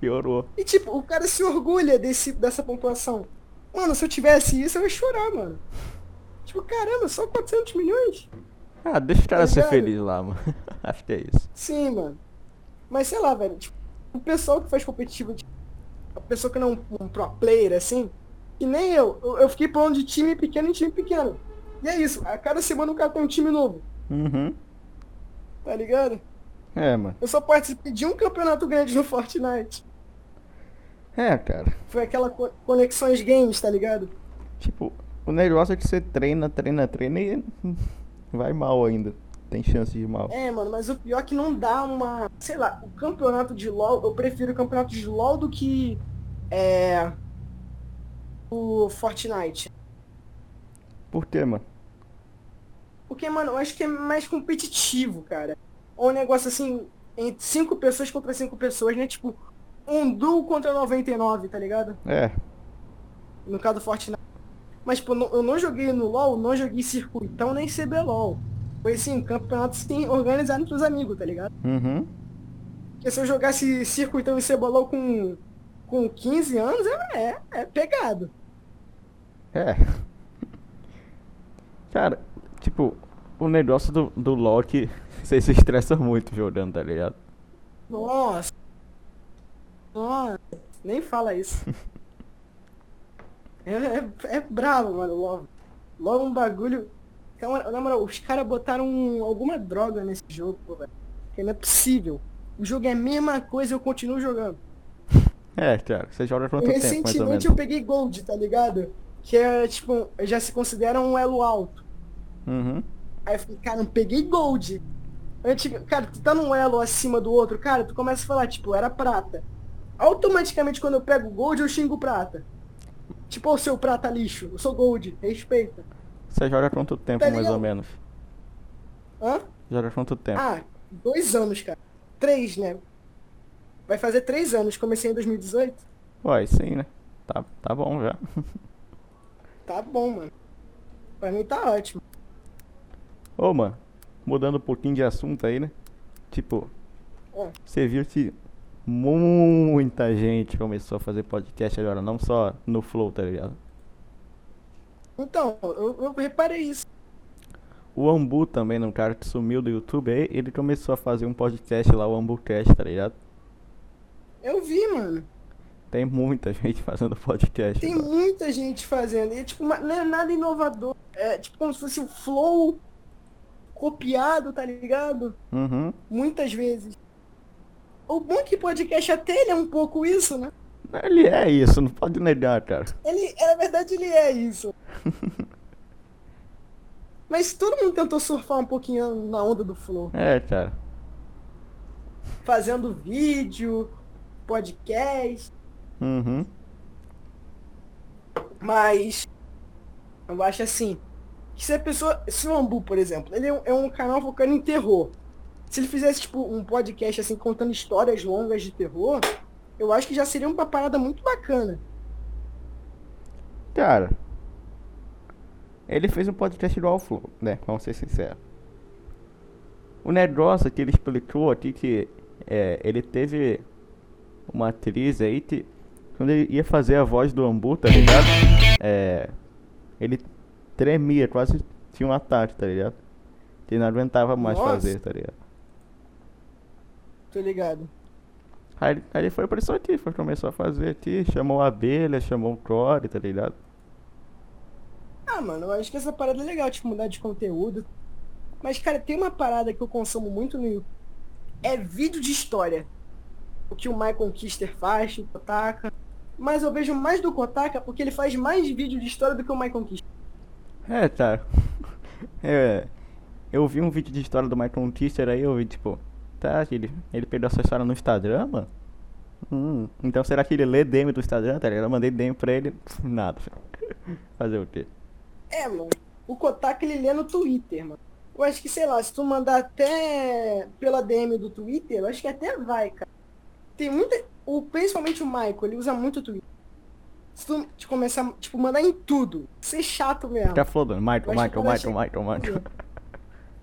Piorou.
E tipo, o cara se orgulha desse, dessa pontuação. Mano, se eu tivesse isso, eu ia chorar, mano. Tipo, caramba, só 400 milhões?
Ah, deixa o cara
Tá
ser
ligado?
feliz lá, mano. Acho que é isso.
Sim, mano. Mas sei lá, velho. Tipo, o pessoal que faz competitivo, tipo, a pessoa que não é um, um pro player, assim, que nem eu. Eu, eu fiquei pulando de time pequeno em time pequeno. E é isso. A cada semana o cara tem um time novo,
Uhum.
tá ligado?
É, mano.
Eu só participei de um campeonato grande no Fortnite.
É, cara.
Foi aquela co- Conexões Games, tá ligado?
Tipo, o negócio é que você treina, treina, treina e vai mal ainda. Tem chance de ir mal.
É, mano, mas o pior é que não dá uma. Sei lá, o campeonato de LOL, eu prefiro o campeonato de LOL do que. É. O Fortnite. É.
Por quê, mano?
Porque, mano, eu acho que é mais competitivo, cara. Ou um negócio assim, entre cinco pessoas contra cinco pessoas, né? Tipo, um duo contra 99, tá ligado?
É.
No caso do Fortnite. Mas, tipo, não- eu não joguei no LOL, não joguei circuitão nem CBLOL. Foi assim, campeonato sim, organizado entre os amigos, tá ligado?
Uhum.
Porque se eu jogasse circuitão e cebolão com, com 15 anos, é, é, é pegado.
É. Cara, tipo, o negócio do, do LoL é que você se estressa muito jogando, tá ligado?
Nossa. Nossa. Nem fala isso. é, é, é bravo, mano. Logo, logo um bagulho. Cara, Na moral, os caras botaram um- alguma droga nesse jogo, pô, velho. Porque não é possível. O jogo é a mesma coisa, eu continuo jogando.
É, cara, você joga quanto tempo, mais ou menos?
Recentemente eu peguei Gold, tá ligado? Que é tipo, já se considera um elo alto.
Uhum.
Aí eu falei, cara, não peguei gold. Antiga- cara, tu tá num elo acima do outro, cara, tu começa a falar, tipo, era prata. Automaticamente quando eu pego gold, eu xingo prata. Tipo, ô seu prata lixo, eu sou gold, respeita.
Você joga quanto tempo,
Tá
mais ou
ligado?
menos?
Hã?
Joga quanto tempo?
Ah, dois anos, cara. Três, né? Vai fazer três anos, comecei em 2018.
Uai, sim, né? Tá, tá bom já.
Tá bom, mano. Pra mim tá ótimo.
Ô, mano, mudando um pouquinho de assunto aí, né? Tipo,
É.
Você viu que muita gente começou a fazer podcast agora, não só no Flow, tá ligado?
Então, eu, eu reparei isso.
O Ambu também, um cara que sumiu do YouTube, aí ele começou a fazer um podcast lá, o AmbuCast, tá ligado?
Eu vi, mano.
Tem muita gente fazendo podcast.
Tem
agora.
muita gente fazendo. E é tipo, uma- não é nada inovador. É tipo como se fosse o flow copiado, tá ligado?
Uhum.
Muitas vezes. O bom é que podcast até ele é um pouco isso, né?
Ele é isso, não pode negar, cara.
Ele, é, na verdade, ele é isso. Mas todo mundo tentou surfar um pouquinho na onda do flow.
É, cara.
Fazendo vídeo, podcast,
Uhum.
mas eu acho assim. Que se a pessoa. Se o Ambu, por exemplo, ele é um, é um canal focando em terror. Se ele fizesse, tipo, um podcast assim, contando histórias longas de terror, eu acho que já seria uma parada muito bacana.
Cara. Ele fez um podcast igual ao Flow, né? Vamos ser sinceros. O negócio que ele explicou aqui que é, ele teve uma atriz aí que quando ele ia fazer a voz do Ambu, tá ligado? É, ele tremia, quase tinha um ataque, tá ligado? Que não aguentava mais
Nossa.
fazer, tá ligado?
Tô tá ligado.
Aí, ele- aí ele foi pra isso aqui, foi, começou a fazer aqui, chamou a abelha, chamou o Core, tá ligado?
Ah, mano, eu acho que essa parada é legal, tipo, mudar de conteúdo. Mas, cara, tem uma parada que eu consumo muito no YouTube. É vídeo de história. O que o Michael Kister faz, o Kotaka. Mas eu vejo mais do Kotaka porque ele faz mais vídeo de história do que o Michael Kister.
É, tá. É, eu vi um vídeo de história do Michael Kister aí, eu vi tipo, tá, ele, ele pegou essa história no Instagram, mano? Hum, então será que ele lê DM do Instagram, tá ligado? Eu mandei DM pra ele, nada. Fazer o quê?
É, mano. O Kotaka ele lê no Twitter, mano. Eu acho que, sei lá, se tu mandar até pela DM do Twitter, eu acho que até vai, cara. Tem muita. O, principalmente o Michael, ele usa muito o Twitter. Se tu te começar, tipo, mandar em tudo, ser chato mesmo.
Fica flodando, Michael,
Eu acho que
Michael,
quando eu
Michael, Michael, Michael.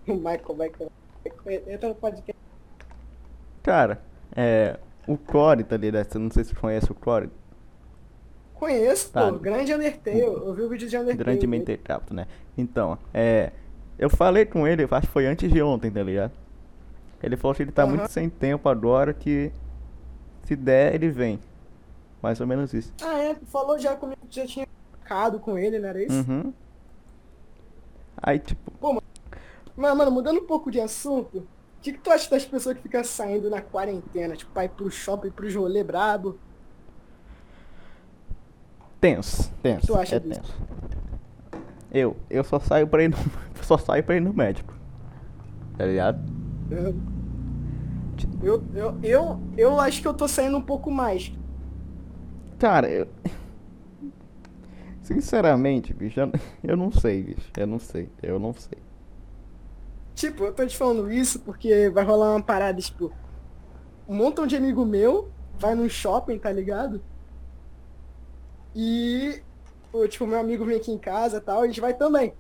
O Michael, Michael. Entra no podcast.
Cara, é, o Core, tá ligado? Você Não sei se você conhece o Core,
Conheço,
Tá.
pô. Grande Undertale. Eu vi o vídeo de Undertale.
grande
dele.
mente capto, né? Então, é, eu falei com ele, acho que foi antes de ontem, tá ligado? Ele falou que ele tá
Aham.
muito sem tempo agora, que se der, ele vem. Mais ou menos isso.
Ah, é. tu Falou já comigo que já tinha ficado com ele, não era isso?
Uhum. Aí, tipo,
Mas, mano, mudando um pouco de assunto, o que, que tu acha das pessoas que ficam saindo na quarentena? Tipo, vai pro shopping, pro rolê brabo.
tenso, tenso.
Tu acha
é
disso?
tenso. Eu, eu só saio pra ir no, só saio pra ir no médico. Tá ligado?
Eu, eu, eu, eu, eu acho que eu tô saindo um pouco mais.
Cara, eu. Sinceramente, bicho, eu, eu não sei, bicho. Eu não sei, eu não sei.
Tipo, eu tô te falando isso porque vai rolar uma parada, tipo, um montão de amigo meu vai num shopping, tá ligado? E, pô, tipo, meu amigo vem aqui em casa e tal, a gente vai também.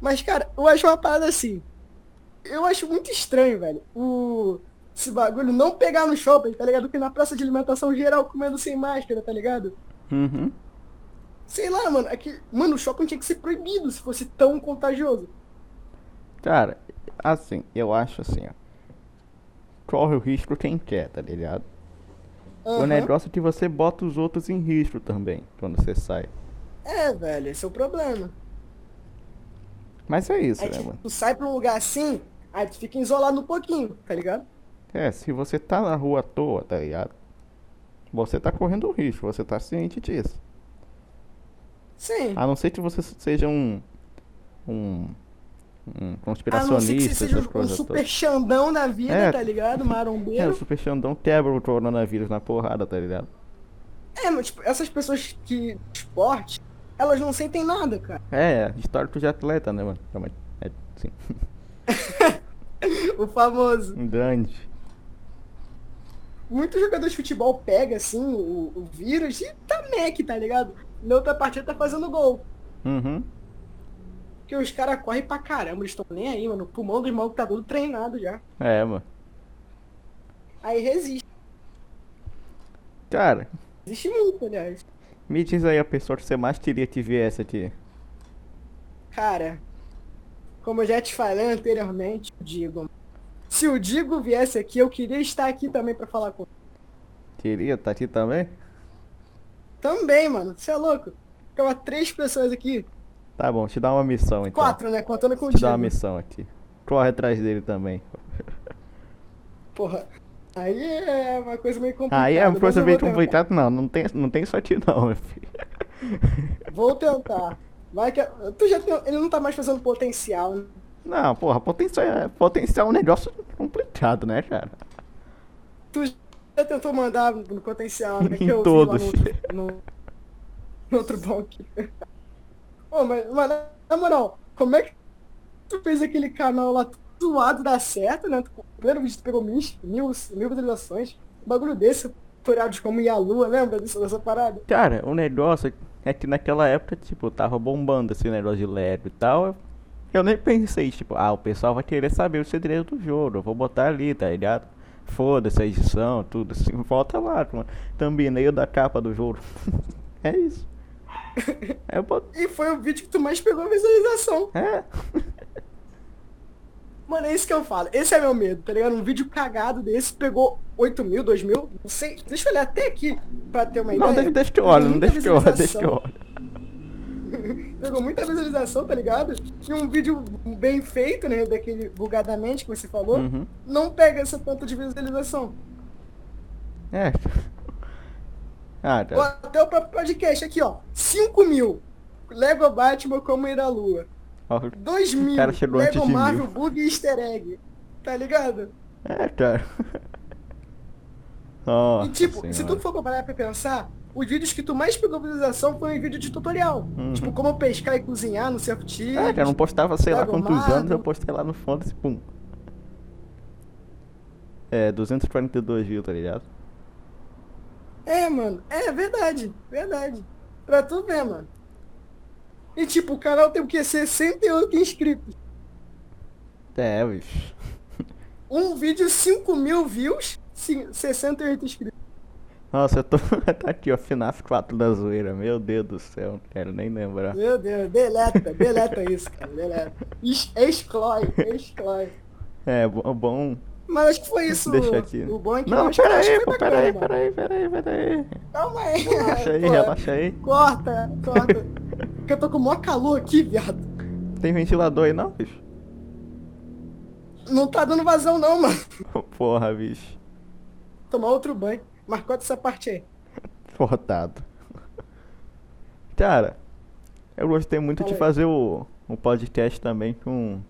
Mas, cara, eu acho uma parada assim. Eu acho muito estranho, velho, o, esse bagulho não pegar no shopping, tá ligado? Porque na praça de alimentação geral comendo sem máscara, tá ligado?
Uhum.
Sei lá, mano, é que, mano, o shopping tinha que ser proibido se fosse tão contagioso.
Cara, assim, eu acho assim, ó. Corre o risco quem quer, tá ligado? O
Aham.
negócio é que você bota os outros em risco também, quando você sai.
É, velho, esse é o problema.
Mas é isso,
Aí
né,
tipo,
mano?
tu sai pra um lugar assim, aí tu fica isolado um pouquinho, tá ligado?
É, se você tá na rua à toa, tá ligado? Você tá correndo risco, você tá ciente disso.
Sim.
A não ser que você seja um. um. um
A não ser que
conspiracionista,
você seja
essas
um
coisas
super
todas.
xandão da vida,
É.
tá ligado?
É, o
Marombeiro.
Super Xandão quebra o coronavírus na porrada, tá ligado?
É, mas tipo, essas pessoas que esporte, elas não sentem nada, cara.
É, é, histórico de atleta, né, mano? É, mas- É, sim.
O famoso.
Um grande.
Muitos jogadores de futebol pega assim, o, o vírus e tá mec, tá ligado? Na outra partida tá fazendo gol.
Uhum.
Porque os caras correm pra caramba, eles estão nem aí, mano. O pulmão do irmão tá todo treinado já.
É, mano.
Aí resiste.
Cara,
Existe muito, aliás.
me diz aí a pessoa que você mais queria que viesse aqui.
Cara, como eu já te falei anteriormente, o Digo. Se o Digo viesse aqui, eu queria estar aqui também pra falar com ele.
Queria, tá aqui também?
Também, mano. Você é louco? Ficava três pessoas aqui.
Tá bom, te dá uma missão então.
Quatro, né? Contando com o
Te dá uma
Digo.
missão aqui. Corre atrás dele também.
Porra. Aí é uma coisa meio complicada.
Aí é uma
mas
coisa
eu
bem
vou tentar.
complicada, não. Não tem, não tem só ti não, meu filho.
Vou tentar. Vai que. Tu já tem... Ele não tá mais fazendo potencial. né?
Não, porra, potencial, é- potencial é um negócio complicado, né, cara?
Tu já tentou mandar no potencial, né?
Em
Que eu vi
todos.
lá no outro, no, no outro bonk. Ô, mas, mas na- na moral, como é que tu fez aquele canal lá zoado dar certo, né? Tu- O primeiro vídeo tu pegou mil, mil, mil visualizações. Um bagulho desse, tutorial de como ir à lua, lembra disso, dessa parada?
Cara, o negócio é que naquela época, tipo, tava bombando esse negócio de Lego e tal. eu- Eu nem pensei, tipo, ah, o pessoal vai querer saber o segredo do jogo, eu vou botar ali, tá ligado? Foda-se a edição, tudo assim, volta lá, mano. Thumbnail da capa do jogo. é isso. É, Eu bot...
E foi o vídeo que tu mais pegou visualização.
É.
Mano, é isso que eu falo. Esse é meu medo, tá ligado? Um vídeo cagado desse pegou 8 mil, 2 mil, não sei. Deixa eu olhar até aqui pra ter uma
Não, deixa,
ideia.
deixa que eu
Pegou
olho, não
muita
deixa que eu olho, deixa que eu
visualização.
olho.
Pegou muita visualização, tá ligado? E um vídeo bem feito, né? Daquele bugadamente que você falou,
Uhum.
não pega essa ponta de visualização.
É. Ah,
Ou
cara.
até o próprio podcast aqui, ó. 5 mil. Lego Batman como ir à lua.
ó,
2 mil.
cara chegou antes
Lego
de
Marvel
mil.
Bug e Easter Egg. Tá ligado?
É, cara. Nossa
E tipo, se
senhora.
tu for comparar pra pensar, os vídeos que tu mais pegou visualização foi em vídeo de tutorial.
Uhum.
Tipo, como pescar e cozinhar no self-tips.
É, cara, eu não postava sei lá
Pega o
quantos anos, eu
mago.
postei lá no fundo e pum. É, 242 mil, tá ligado?
É, mano. É, verdade. Verdade. Pra tu ver, mano. E tipo, o canal tem o quê? 68 inscritos.
É, bicho.
Um vídeo, 5 mil views, sim, 68 inscritos.
Nossa, eu tô tá aqui, ó, FNAF 4 da zoeira. Meu Deus do céu, não quero nem lembrar.
Meu Deus, deleta, deleta isso, cara, deleta. Ex- Exclói, exclói.
É, bo- bom.
Mas acho que foi isso.
Deixa aqui.
O bom é que eu
Não,
acho-
pera
acho que
aí,
foi
pô,
bacana,
pera aí,
mano.
pera aí, pera aí, pera aí.
Calma aí.
Relaxa aí,
pô.
relaxa aí.
Corta, corta. Porque eu tô com o maior calor aqui, viado.
Tem ventilador aí não, bicho?
Não tá dando vazão não, mano.
Porra, bicho.
Tomar outro banho. Mas corta essa parte aí.
Fortado. Cara, eu gostei muito
Fala
de
aí.
fazer o, o podcast também com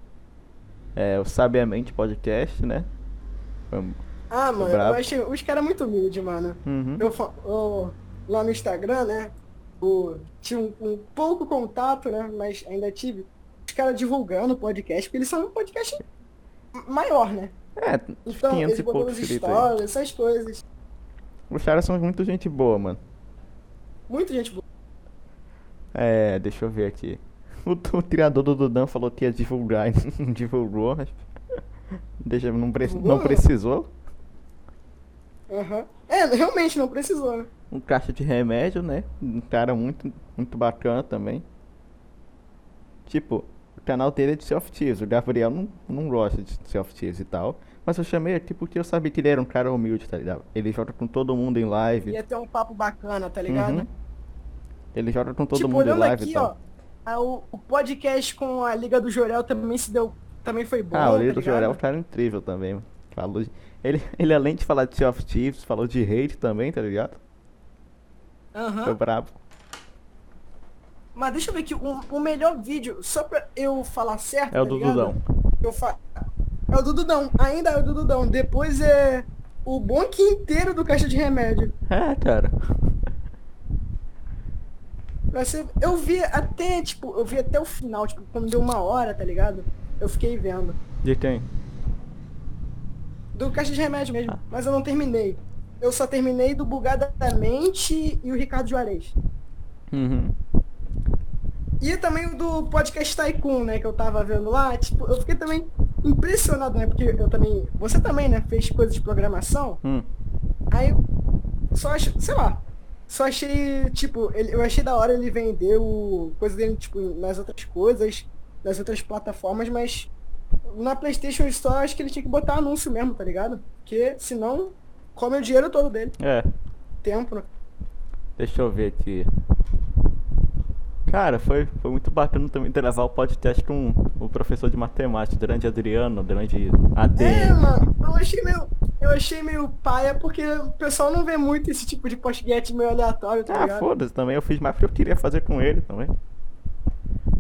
é, o Sabiamente Podcast, né? Foi-
Ah, mano,
brabo.
eu achei os caras muito humildes, mano.
Uhum.
Eu, fa- eu- lá no Instagram, né? o- tinha um, um pouco contato, né? Mas ainda tive. Os caras divulgando o podcast, porque eles são um podcast maior, né?
É, uns
Então,
500
eles
e
botam
poucos
as
inscritos aí.
histórias, essas coisas.
Os caras são muito gente boa, mano.
Muita gente boa.
É, deixa eu ver aqui. O, o criador do Dudan falou que ia divulgar e não divulgou, mas. Deixa, não, pre- não
Divulgou?
precisou.
Aham. É, realmente não precisou, né?
Um caixa de remédio, né? Um cara muito, muito bacana também. Tipo, o canal dele é de self tears O Gabriel não, não gosta de self tears e tal. Mas eu chamei aqui porque eu sabia que ele era um cara humilde, tá ligado? Ele joga com todo mundo em live.
Ia ter um papo bacana, tá ligado?
Uhum. Ele joga com todo
tipo,
mundo em
olhando
live
aqui,
e tal.
ó, a- o, o podcast com a Liga do Jorel também se deu. Também foi bom.
Ah, o
tá
Lito Jorel é um
ligado?
cara incrível também. mano. Falou de- ele, ele, além de falar de Sea of Thieves, falou de hate também, tá ligado?
Aham.
Foi brabo.
Mas deixa eu ver aqui, o, o melhor vídeo, só pra eu falar certo.
É o
tá
do
ligado?
Dudão.
Eu fa... É o do Dudão, ainda é o do Dudão. Depois é o bonk inteiro do caixa de remédio.
É, cara.
Pra ser- Eu vi até, tipo, eu vi até o final, tipo, quando deu uma hora, tá ligado? Eu fiquei vendo.
De quem?
Do caixa de remédio mesmo,
Ah.
mas eu não terminei. Eu só terminei do Bugadamente e o Ricardo Juarez.
Uhum.
E também o do podcast Tycoon, né, que eu tava vendo lá, tipo, eu fiquei também impressionado, né? Porque eu também. Você também, né? Fez coisas de programação.
Hum.
Aí eu só achei, sei lá. Só achei, tipo, ele- eu achei da hora ele vender o coisa dele, tipo, nas outras coisas, nas outras plataformas, mas na Playstation Store acho que ele tinha que botar anúncio mesmo, tá ligado? Porque senão come o dinheiro todo dele.
É.
Tempo, né?
Deixa eu ver aqui. Cara, foi, foi muito bacana também ter gravar o podcast com o um professor de matemática, grande Adriano, grande AD.
É, mano, eu achei meio. Eu achei meio paia porque o pessoal não vê muito esse tipo de podcast meio aleatório, tá
ah,
ligado?
foda-se também, eu fiz mais porque eu queria fazer com ele também.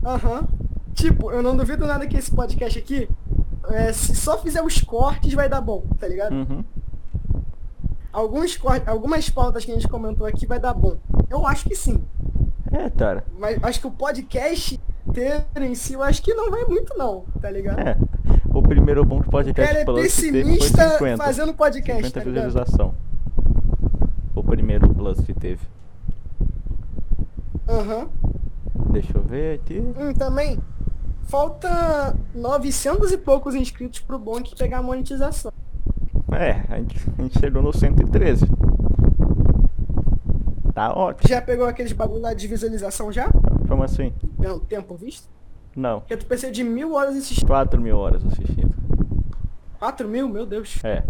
Aham. Tipo, eu não duvido nada que esse podcast aqui, é, se só fizer os cortes, vai dar bom, tá ligado?
Uhum.
Alguns cortes, algumas pautas que a gente comentou aqui vai dar bom. Eu acho que sim.
É, cara.
Mas acho que o podcast ter em si, eu acho que não vai muito não, tá ligado?
É. O primeiro bom podcast
Cara, é
plus que teve foi
pessimista
50.
fazendo podcast,
50
tá ligado?
visualização. O primeiro plus que teve.
Aham.
Deixa eu ver aqui.
Hum, também, falta 900 e poucos inscritos pro Bonk pegar a monetização.
É, a gente, a gente chegou no 113. Tá ótimo.
Já pegou aqueles bagulho lá de visualização já?
Como assim?
Não, tempo visto?
Não.
Porque tu precisa de mil horas assistindo.
4 mil horas assistindo.
4 mil? Meu Deus.
É.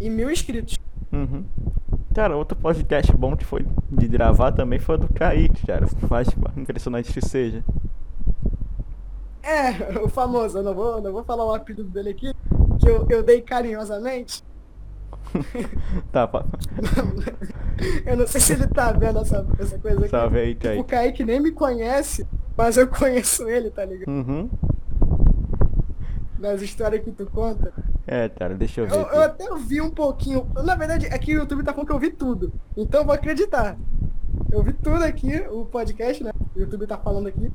E mil inscritos.
Uhum. Cara, outro podcast bom que foi de gravar também foi o do Kaique, cara. Mas impressionante que seja.
É, o famoso, eu não vou, não vou falar o apelido dele aqui, que eu, eu dei carinhosamente.
tá, pa-
eu não sei se ele tá vendo essa, essa coisa aqui.
Salve aí,
O
Kaique.
Kaique nem me conhece, mas eu conheço ele, tá ligado?
Uhum.
Nas histórias que tu conta.
É, cara, deixa eu
Eu,
ver.
eu
aqui.
até ouvi um pouquinho. Na verdade, aqui o YouTube tá falando que eu vi tudo. Então eu vou acreditar. Eu vi tudo aqui, o podcast, né? O YouTube tá falando aqui.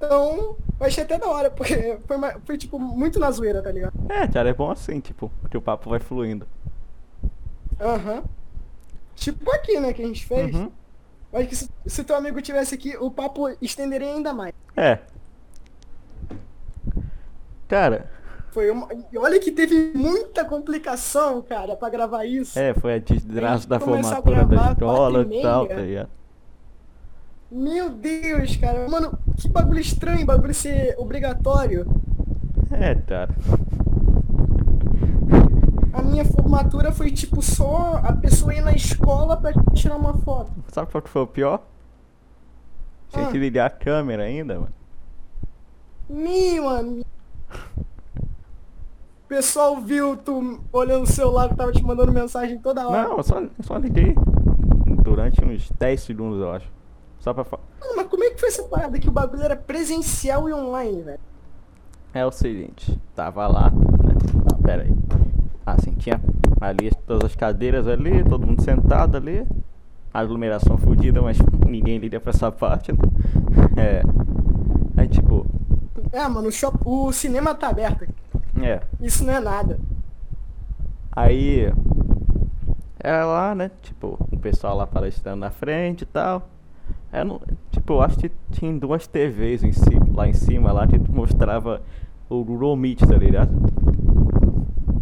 Então, eu achei até da hora, porque foi, uma- foi tipo muito na zoeira, tá ligado?
É, cara, é bom assim, tipo, que o papo vai fluindo.
Aham. Tipo aqui, né, que a gente fez.
Uhum.
Eu acho que se, se teu amigo tivesse aqui, o papo estenderia ainda mais.
É. Cara,
Foi uma... e Olha que teve muita complicação, cara, pra gravar isso.
é, foi a desgraça da
Começar a
formatura da
gravar
escola
quatro
e
e
tal,
meia.
tá ligado?
Meu Deus, cara. Mano, que bagulho estranho, bagulho ser obrigatório.
É, cara.
A minha formatura foi tipo só a pessoa ir na escola pra tirar uma foto.
Sabe qual que foi o pior? Tinha
Ah.
que ligar a câmera ainda, mano.
Meu amigo. O pessoal viu tu olhando o celular que tava te mandando mensagem toda hora.
Não, eu só, eu só liguei durante uns 10 segundos, eu acho. Só pra falar.
Mano, mas como é que foi essa parada que o bagulho era presencial e online, velho?
É o seguinte, tava lá, né? Ah, pera aí. Assim, tinha ali todas as cadeiras ali, todo mundo sentado ali. Aglomeração fodida, mas ninguém liga pra essa parte, né? É. Aí tipo,
É, mano, o, shop... o cinema tá aberto.
é.
Isso não é nada.
Aí era lá, né? Tipo, o pessoal lá palestrando na frente e tal. Eu não, tipo, eu acho que tinha duas TVs em cima, lá em cima, lá que mostrava o Google Meet, tá ligado?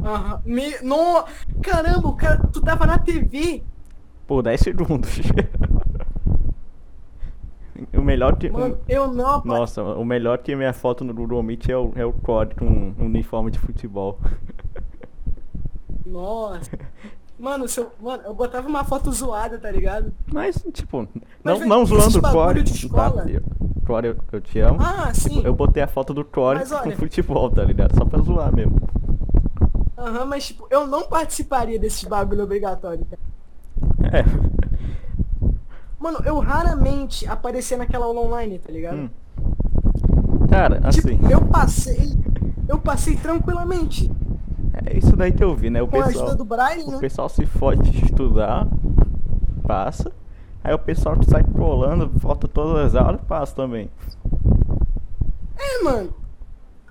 Aham. Me... No... Caramba, o cara... tu tava na TV.
Por 10 segundos. o melhor que.
Mano, eu não apa-
Nossa, o melhor que minha foto no Google Meet é o, é o Cod com um uniforme de futebol.
Nossa. Mano, se eu... Mano, eu botava uma foto zoada, tá ligado?
Mas, tipo,
Mas,
não,
velho,
não
esses
zoando o
bagulho
Cod.
de
Tá?
escola.
Eu- Cod, eu, eu te amo.
Ah, sim.
Eu botei a foto do Core
Mas
com
olha-
futebol, tá ligado? Só pra zoar mesmo.
Aham, mas tipo, eu não participaria desse bagulho obrigatório, cara.
É.
Mano, eu raramente aparecia naquela aula online, tá ligado?
Hum. Cara, assim,
Tipo, eu passei. Eu passei tranquilamente.
é isso daí que eu vi, né? O
Com a ajuda
pessoal,
do Braille,
o
né?
pessoal se fode de estudar, passa. Aí o pessoal que sai colando, falta todas as aulas, passa também.
É, mano.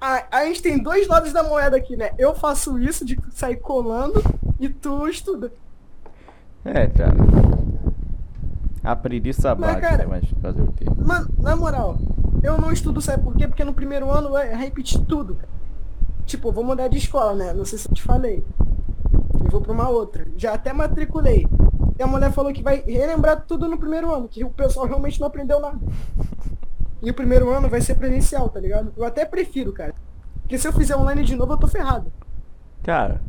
A, a gente tem dois lados da moeda aqui, né? Eu faço isso de sair colando e tu estuda.
É, cara. A preguiça
Mas,
bate,
cara-
né? Mas fazer o quê?
Mano, na moral, Eu não estudo, sabe por quê? Porque no primeiro ano eu repeti tudo. cara. Tipo, eu vou mudar de escola, né? Não sei se eu te falei. Eu vou pra uma outra. Já até matriculei. E a mulher falou que vai relembrar tudo no primeiro ano, que o pessoal realmente não aprendeu nada. E o primeiro ano vai ser presencial, tá ligado? Eu até prefiro, cara. Porque se eu fizer online de novo, eu tô ferrado.
Cara.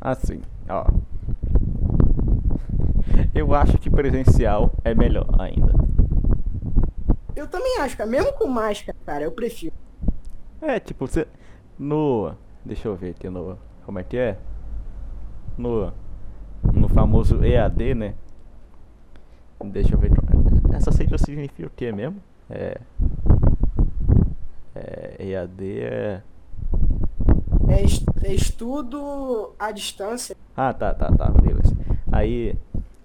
Assim, ó. Eu acho que presencial é melhor ainda.
Eu também acho, cara. Mesmo com máscara, cara, eu prefiro.
É, tipo, você. No. Deixa eu ver aqui no. Como é que é? No. No famoso EAD, né? Deixa eu ver. como- Essa sigla significa o que mesmo? É. É. EAD é.
É, es- é estudo à distância.
Ah, tá, tá, tá, beleza. Aí,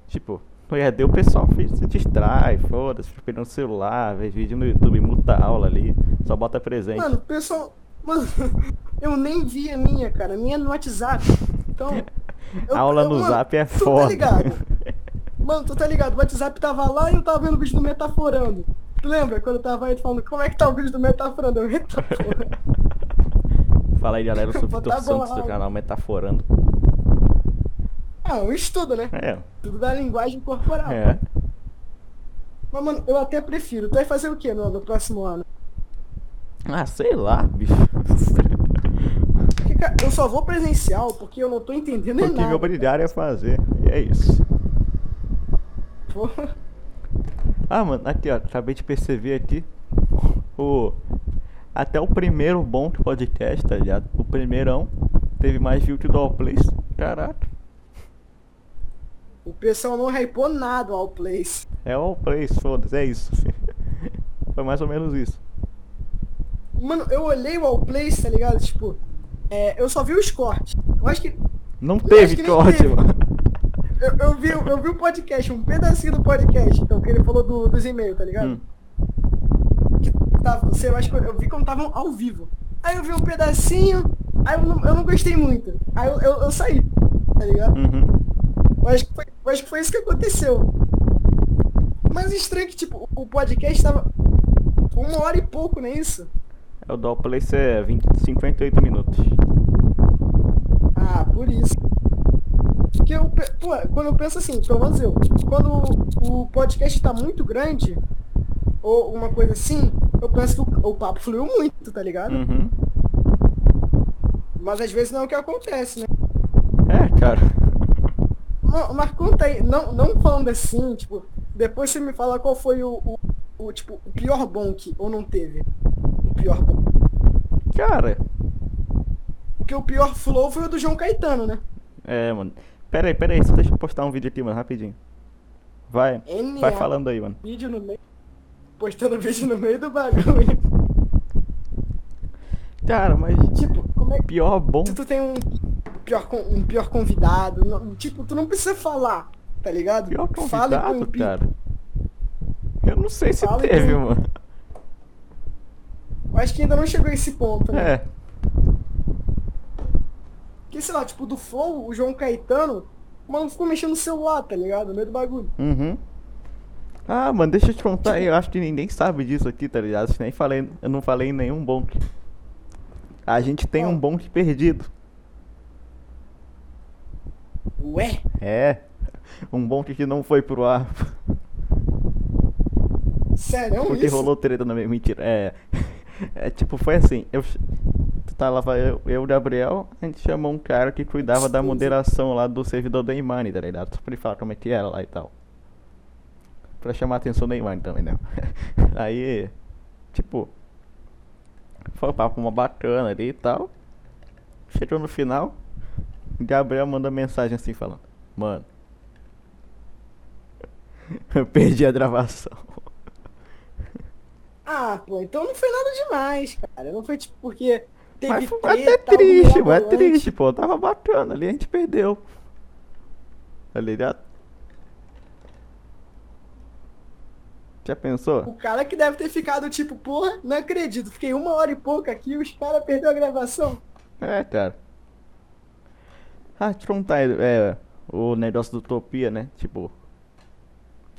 tipo, no EAD o pessoal fi- se distrai, foda-se, fica pegando o celular, vê vídeo no YouTube, muta a aula ali, só bota presente.
Mano, o pessoal. Mano, eu nem vi a minha, cara. A minha é no WhatsApp. Então. eu-
aula
eu-
no
mano,
Zap é
tu
foda.
Tá ligado? Mano, tu tá ligado? O WhatsApp tava lá e eu tava vendo o vídeo do Metaforando. Tu lembra quando eu tava aí tu falando como é que tá o vídeo do Metaforando? Eu metaforando.
Fala aí, galera, eu sou
Vou
Vitor
dar bola
Santos do
lá.
canal Metaforando.
Ah, um estudo, né?
É,
Tudo da linguagem corporal.
é.
Mas, mano, eu até prefiro. Tu vai fazer o quê no, no próximo ano?
Ah, sei lá, bicho.
Porque, cara, eu só vou presencial porque eu não tô entendendo é
Porque
nada.
me obrigaram a fazer. E é isso.
Porra.
Ah, mano, aqui ó, acabei de perceber aqui. O. Até o primeiro bom que podcast, tá ligado? O primeirão teve mais view que o do All Place. Caraca.
O pessoal não hypou nada ao place.
É All Place, foda-se, é isso. Foi mais ou menos isso.
Mano, eu olhei o All Place, tá ligado? Tipo, é, eu só vi os cortes. Eu acho que.
Não
acho
teve,
que
que
nem tá
ótimo.
Eu, eu vi, eu vi o podcast, um pedacinho do podcast, então, que ele falou do- dos e-mails, tá ligado?
Hum.
Que tava, você, eu acho que eu, eu vi quando estavam ao vivo. Aí eu vi um pedacinho, aí eu não, eu não gostei muito. Aí eu, eu, eu saí, tá ligado?
Uhum.
Eu acho, que foi, eu acho que foi isso que aconteceu. Mas estranho que, tipo, o podcast tava uma hora e pouco, não é isso?
É, O do All Place é 20, 58 minutos.
Ah, por isso. Porque eu, pe- pô, quando eu penso assim, pelo menos eu, quando o podcast tá muito grande, ou uma coisa assim, eu penso que o, o papo fluiu muito, tá ligado?
Uhum.
Mas às vezes não é o que acontece, né?
É, cara.
Ma- Mas conta aí, não, não falando assim, tipo, depois você me fala qual foi o, o, o, tipo, o pior bom que, ou não teve. O pior bom.
Cara.
Porque o pior flow foi o do João Caetano, né?
É, mano. Pera aí, pera aí, só deixa eu postar um vídeo aqui, mano, rapidinho. Vai. Vai
NA.
falando aí, mano.
Vídeo no meio. Postando vídeo no meio do bagulho.
Cara, mas.
tipo, como é que.
Pior bom.
se tu tem um pior, con- um pior convidado, não- tipo, tu não precisa falar, tá ligado?
Pior
Fala e
convidado,
um compre.
cara. Eu não sei se
Fala e
teve,
com-
mano.
Eu acho que ainda não chegou a esse ponto, né?
É.
Porque, sei lá, tipo, do Flow, o João Caetano, o maluco ficou mexendo no celular, tá ligado? No meio do bagulho.
Uhum. Ah, mano, deixa eu te contar. Eu acho que ninguém sabe disso aqui, tá ligado? Acho que Nem falei, eu não falei em nenhum bonk. A gente tem um bonk perdido.
Ué?
É. Um bonk que não foi pro ar.
Sério, é um
Porque
isso?
rolou treta no meio. Mentira. É. É tipo, foi assim. Eu. ch- Tava eu eu e o Gabriel, a gente chamou um cara que cuidava da moderação lá do servidor da Imani, tá ligado? Só pra ele falar como é que era lá e tal. Pra chamar a atenção da Imani também, né? Aí, tipo, foi um papo uma bacana ali e tal. Chegou no final, o Gabriel manda mensagem assim falando, mano, eu perdi a gravação.
Ah, pô, então não foi nada demais, cara. Não foi, tipo, porque teve
Mas foi
treta,
até
algo
triste, mas é
mirabolante.
triste, pô. Tava bacana ali, a gente perdeu. Tá ligado? Já pensou?
O cara que deve ter ficado, tipo, porra, não acredito. Fiquei uma hora e pouco aqui e os caras perderam a gravação.
É, cara. Ah, deixa eu te contar, é, o negócio do Utopia, né? Tipo.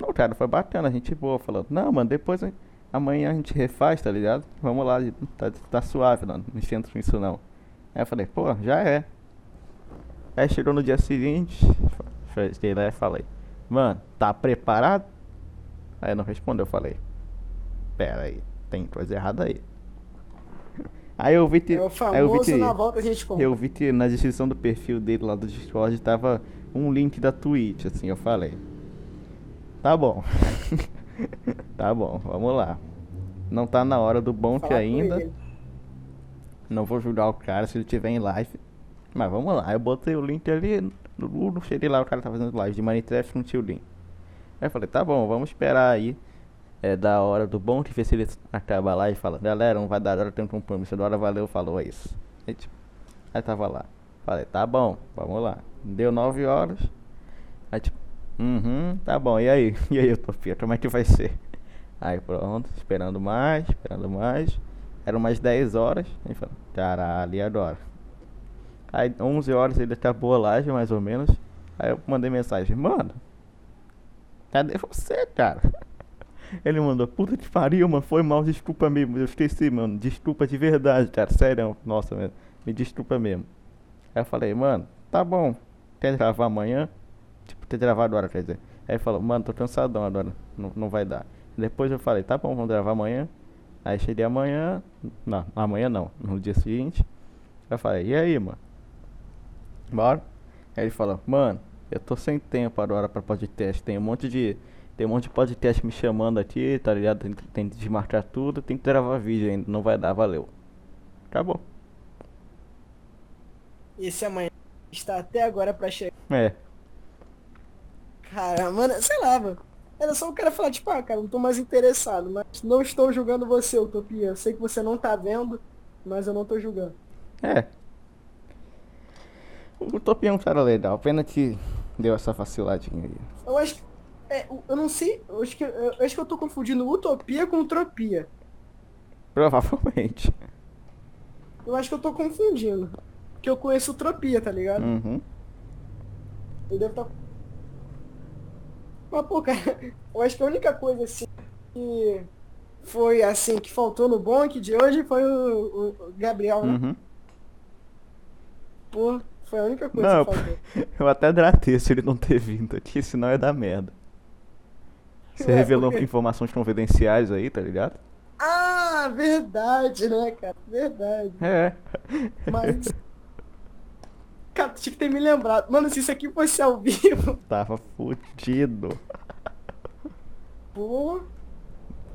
Não, cara, foi bacana, a gente boa falando. Não, mano, depois a amanhã a gente refaz, tá ligado? Vamos lá, tá, tá suave, não, não sinto isso não. Aí eu falei, pô, já é. Aí chegou no dia seguinte, cheguei lá e falei, mano, tá preparado? Aí não respondeu, eu falei, pera aí, tem coisa errada aí. Aí eu vi que.
É o
aí eu vi
famoso
que,
na volta a gente compra.
eu vi que na descrição do perfil dele lá do Discord tava um link da Twitch, assim, eu falei. Tá bom. tá bom, vamos lá. Não tá na hora do bom que
Falar com
ainda.
ele.
Não vou julgar o cara se ele tiver em live. Mas vamos lá, eu botei o link ali no Google, cheguei lá, o cara tá fazendo live de Minecraft, não tinha o link. Aí eu falei, tá bom, vamos esperar aí. É da hora do bom que vê se ele acaba lá e fala, galera, não vai dar hora, tem um compromisso, da hora, valeu, falou, é isso. Aí, tipo, aí tava lá. Falei, tá bom, vamos lá. Deu 9 horas. Aí tipo, uhum, tá bom, e aí? E aí, Utopia, como é que vai ser? Aí pronto, esperando mais, esperando mais. Eram umas 10 horas. Aí falou, caralho, e agora? Aí 11 horas ele acabou a live, mais ou menos. Aí eu mandei mensagem, mano, cadê você, cara? Ele mandou, puta que pariu, mano, foi mal, desculpa mesmo, eu esqueci, mano, desculpa de verdade, cara, sério, nossa, me, me desculpa mesmo. Aí eu falei, mano, tá bom, quer gravar amanhã? Tipo, ter gravado agora, quer dizer. Aí ele falou, mano, tô cansadão agora, não, não vai dar. Depois eu falei, tá bom, vamos gravar amanhã. Aí cheguei amanhã, não, amanhã não, no dia seguinte. Aí eu falei, e aí, mano? Bora? Aí ele falou, mano, eu tô sem tempo agora pra podcast, tem um monte de. Tem um monte de podcast me chamando aqui, tá ligado? Tem, que- tem que desmarcar tudo, tem que gravar vídeo ainda, não vai dar, valeu. Acabou.
Esse é amanhã está até agora pra chegar.
É.
Cara, mano, sei lá, mano. Era só o cara falar, tipo, ah, cara, não tô mais interessado, mas não estou julgando você, Utopia. Eu sei que você não tá vendo, mas eu não tô julgando.
É. O Utopia é um cara legal, pena que deu essa vaciladinha aí.
Eu acho que. é, eu não sei, eu acho que eu, acho que eu tô confundindo utopia com utopia.
Provavelmente.
Eu acho que eu tô confundindo. Porque eu conheço utopia, tá ligado?
Uhum.
Eu devo estar. Mas, pô, cara, eu acho que a única coisa assim que foi assim, que faltou no bonk de hoje foi o, o- o Gabriel, né?
Uhum.
Pô, foi a única coisa
Não,
que faltou.
eu até agradeço se ele não ter vindo aqui, senão ia dar merda. Você
Ué,
revelou
por quê?
informações confidenciais aí, tá ligado?
Ah, verdade, né, cara? Verdade.
É.
Mas. Cara, tinha que ter me lembrado. Mano, se isso aqui fosse ao vivo,
Tava fudido.
pô.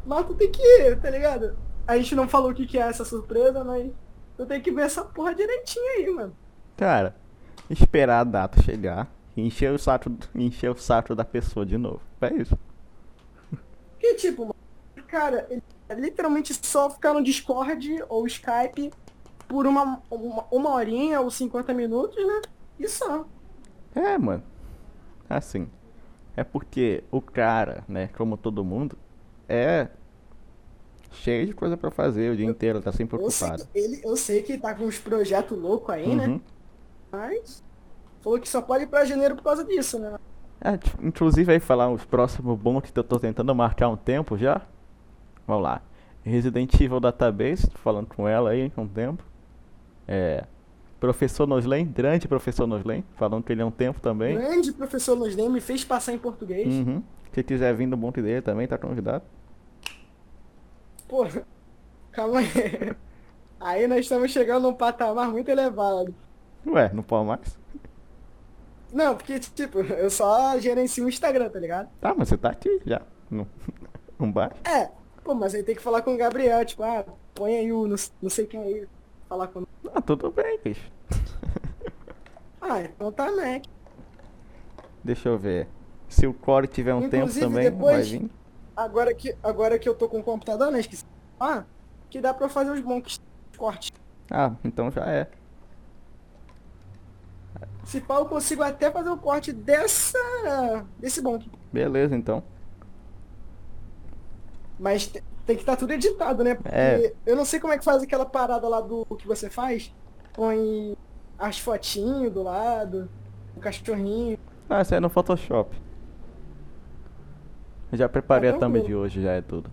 Mas tu tem que ir, tá ligado? A gente não falou o que, que é essa surpresa, mas tu tem que ver essa porra direitinho aí, mano.
Cara, esperar a data chegar e encher o saco, encher o saco da pessoa de novo. É isso.
Que tipo, mano, cara, ele literalmente só ficar no Discord ou Skype por uma, uma, uma horinha ou 50 minutos, né? E só.
É, mano. Assim. É porque o cara, né, como todo mundo, é cheio de coisa pra fazer o dia inteiro, tá sempre
Eu sei, que
ocupado.
ele, eu sei que tá com uns projetos loucos aí, né?
Uhum.
Mas falou que só pode ir pra janeiro por causa disso, né?
É, tipo, inclusive aí falar os próximos bons que eu tô tentando marcar um tempo já. Vamos lá. Resident Evil Database, tô falando com ela aí há um tempo. É. Professor Noslen, grande professor Noslen, falando que ele há um tempo também.
Grande professor Losden me fez passar em português.
Uhum. Se quiser vir no monte dele também, tá convidado.
Pô, calma aí. Aí nós estamos chegando num patamar muito elevado.
Ué, não pode mais?
Não, porque, tipo, eu só gerencio o Instagram, tá ligado?
Tá, mas você tá aqui já. Não, não bate?
É, pô, mas aí tem que falar com o Gabriel, tipo, ah, põe aí o não, não sei quem aí, falar com
Ah, tudo bem, bicho.
Ah, então tá, né?
Deixa eu ver. Se o Core tiver um
Inclusive,
tempo também, vai
depois-
vir.
Agora que, agora que eu tô com o computador, né? Esqueci. Ah, que dá pra eu fazer os bons cortes.
Ah, então já é.
Se pá, eu consigo até fazer o corte dessa. desse bonk.
Beleza, então.
Mas te- tem que estar tudo editado, né? Porque
É.
eu não sei como é que faz aquela parada lá do que você faz. Põe as fotinhos do lado, o cachorrinho.
Ah, isso aí é no Photoshop. Eu já preparei
Tá
a thumb
tranquilo.
de hoje, já é tudo.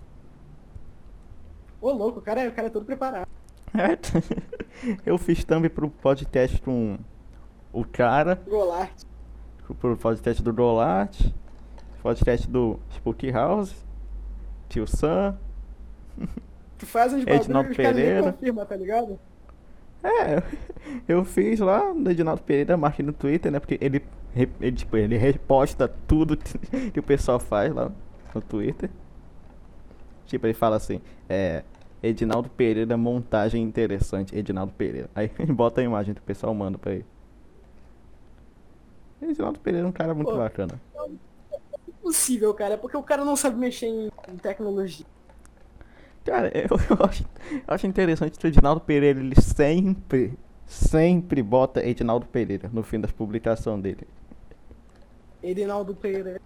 Ô, louco, o cara, é- o cara é todo preparado.
Eu fiz thumb pro podcast com o cara,
Golart.
pro podcast do Dolart, podcast do Spooky House, Tio Sam.
Tu faz uns
Edinaldo
bagulho que os caras nem
Pereira.
confirmam, tá ligado?
É, eu fiz lá no Edinaldo Pereira, marquei no Twitter, né? Porque ele, re- ele, tipo, ele reposta tudo que que o pessoal faz lá no Twitter. Tipo, ele fala assim, é. Edinaldo Pereira, montagem interessante, Edinaldo Pereira. Aí ele bota a imagem que o pessoal manda pra ele. Edinaldo Pereira é um cara muito
Pô.
bacana.
Impossível, cara, porque o cara não sabe mexer em, em tecnologia.
Cara, eu, eu acho, eu acho interessante que o Edinaldo Pereira, ele sempre, sempre bota Edinaldo Pereira no fim das publicações dele.
Edinaldo Pereira.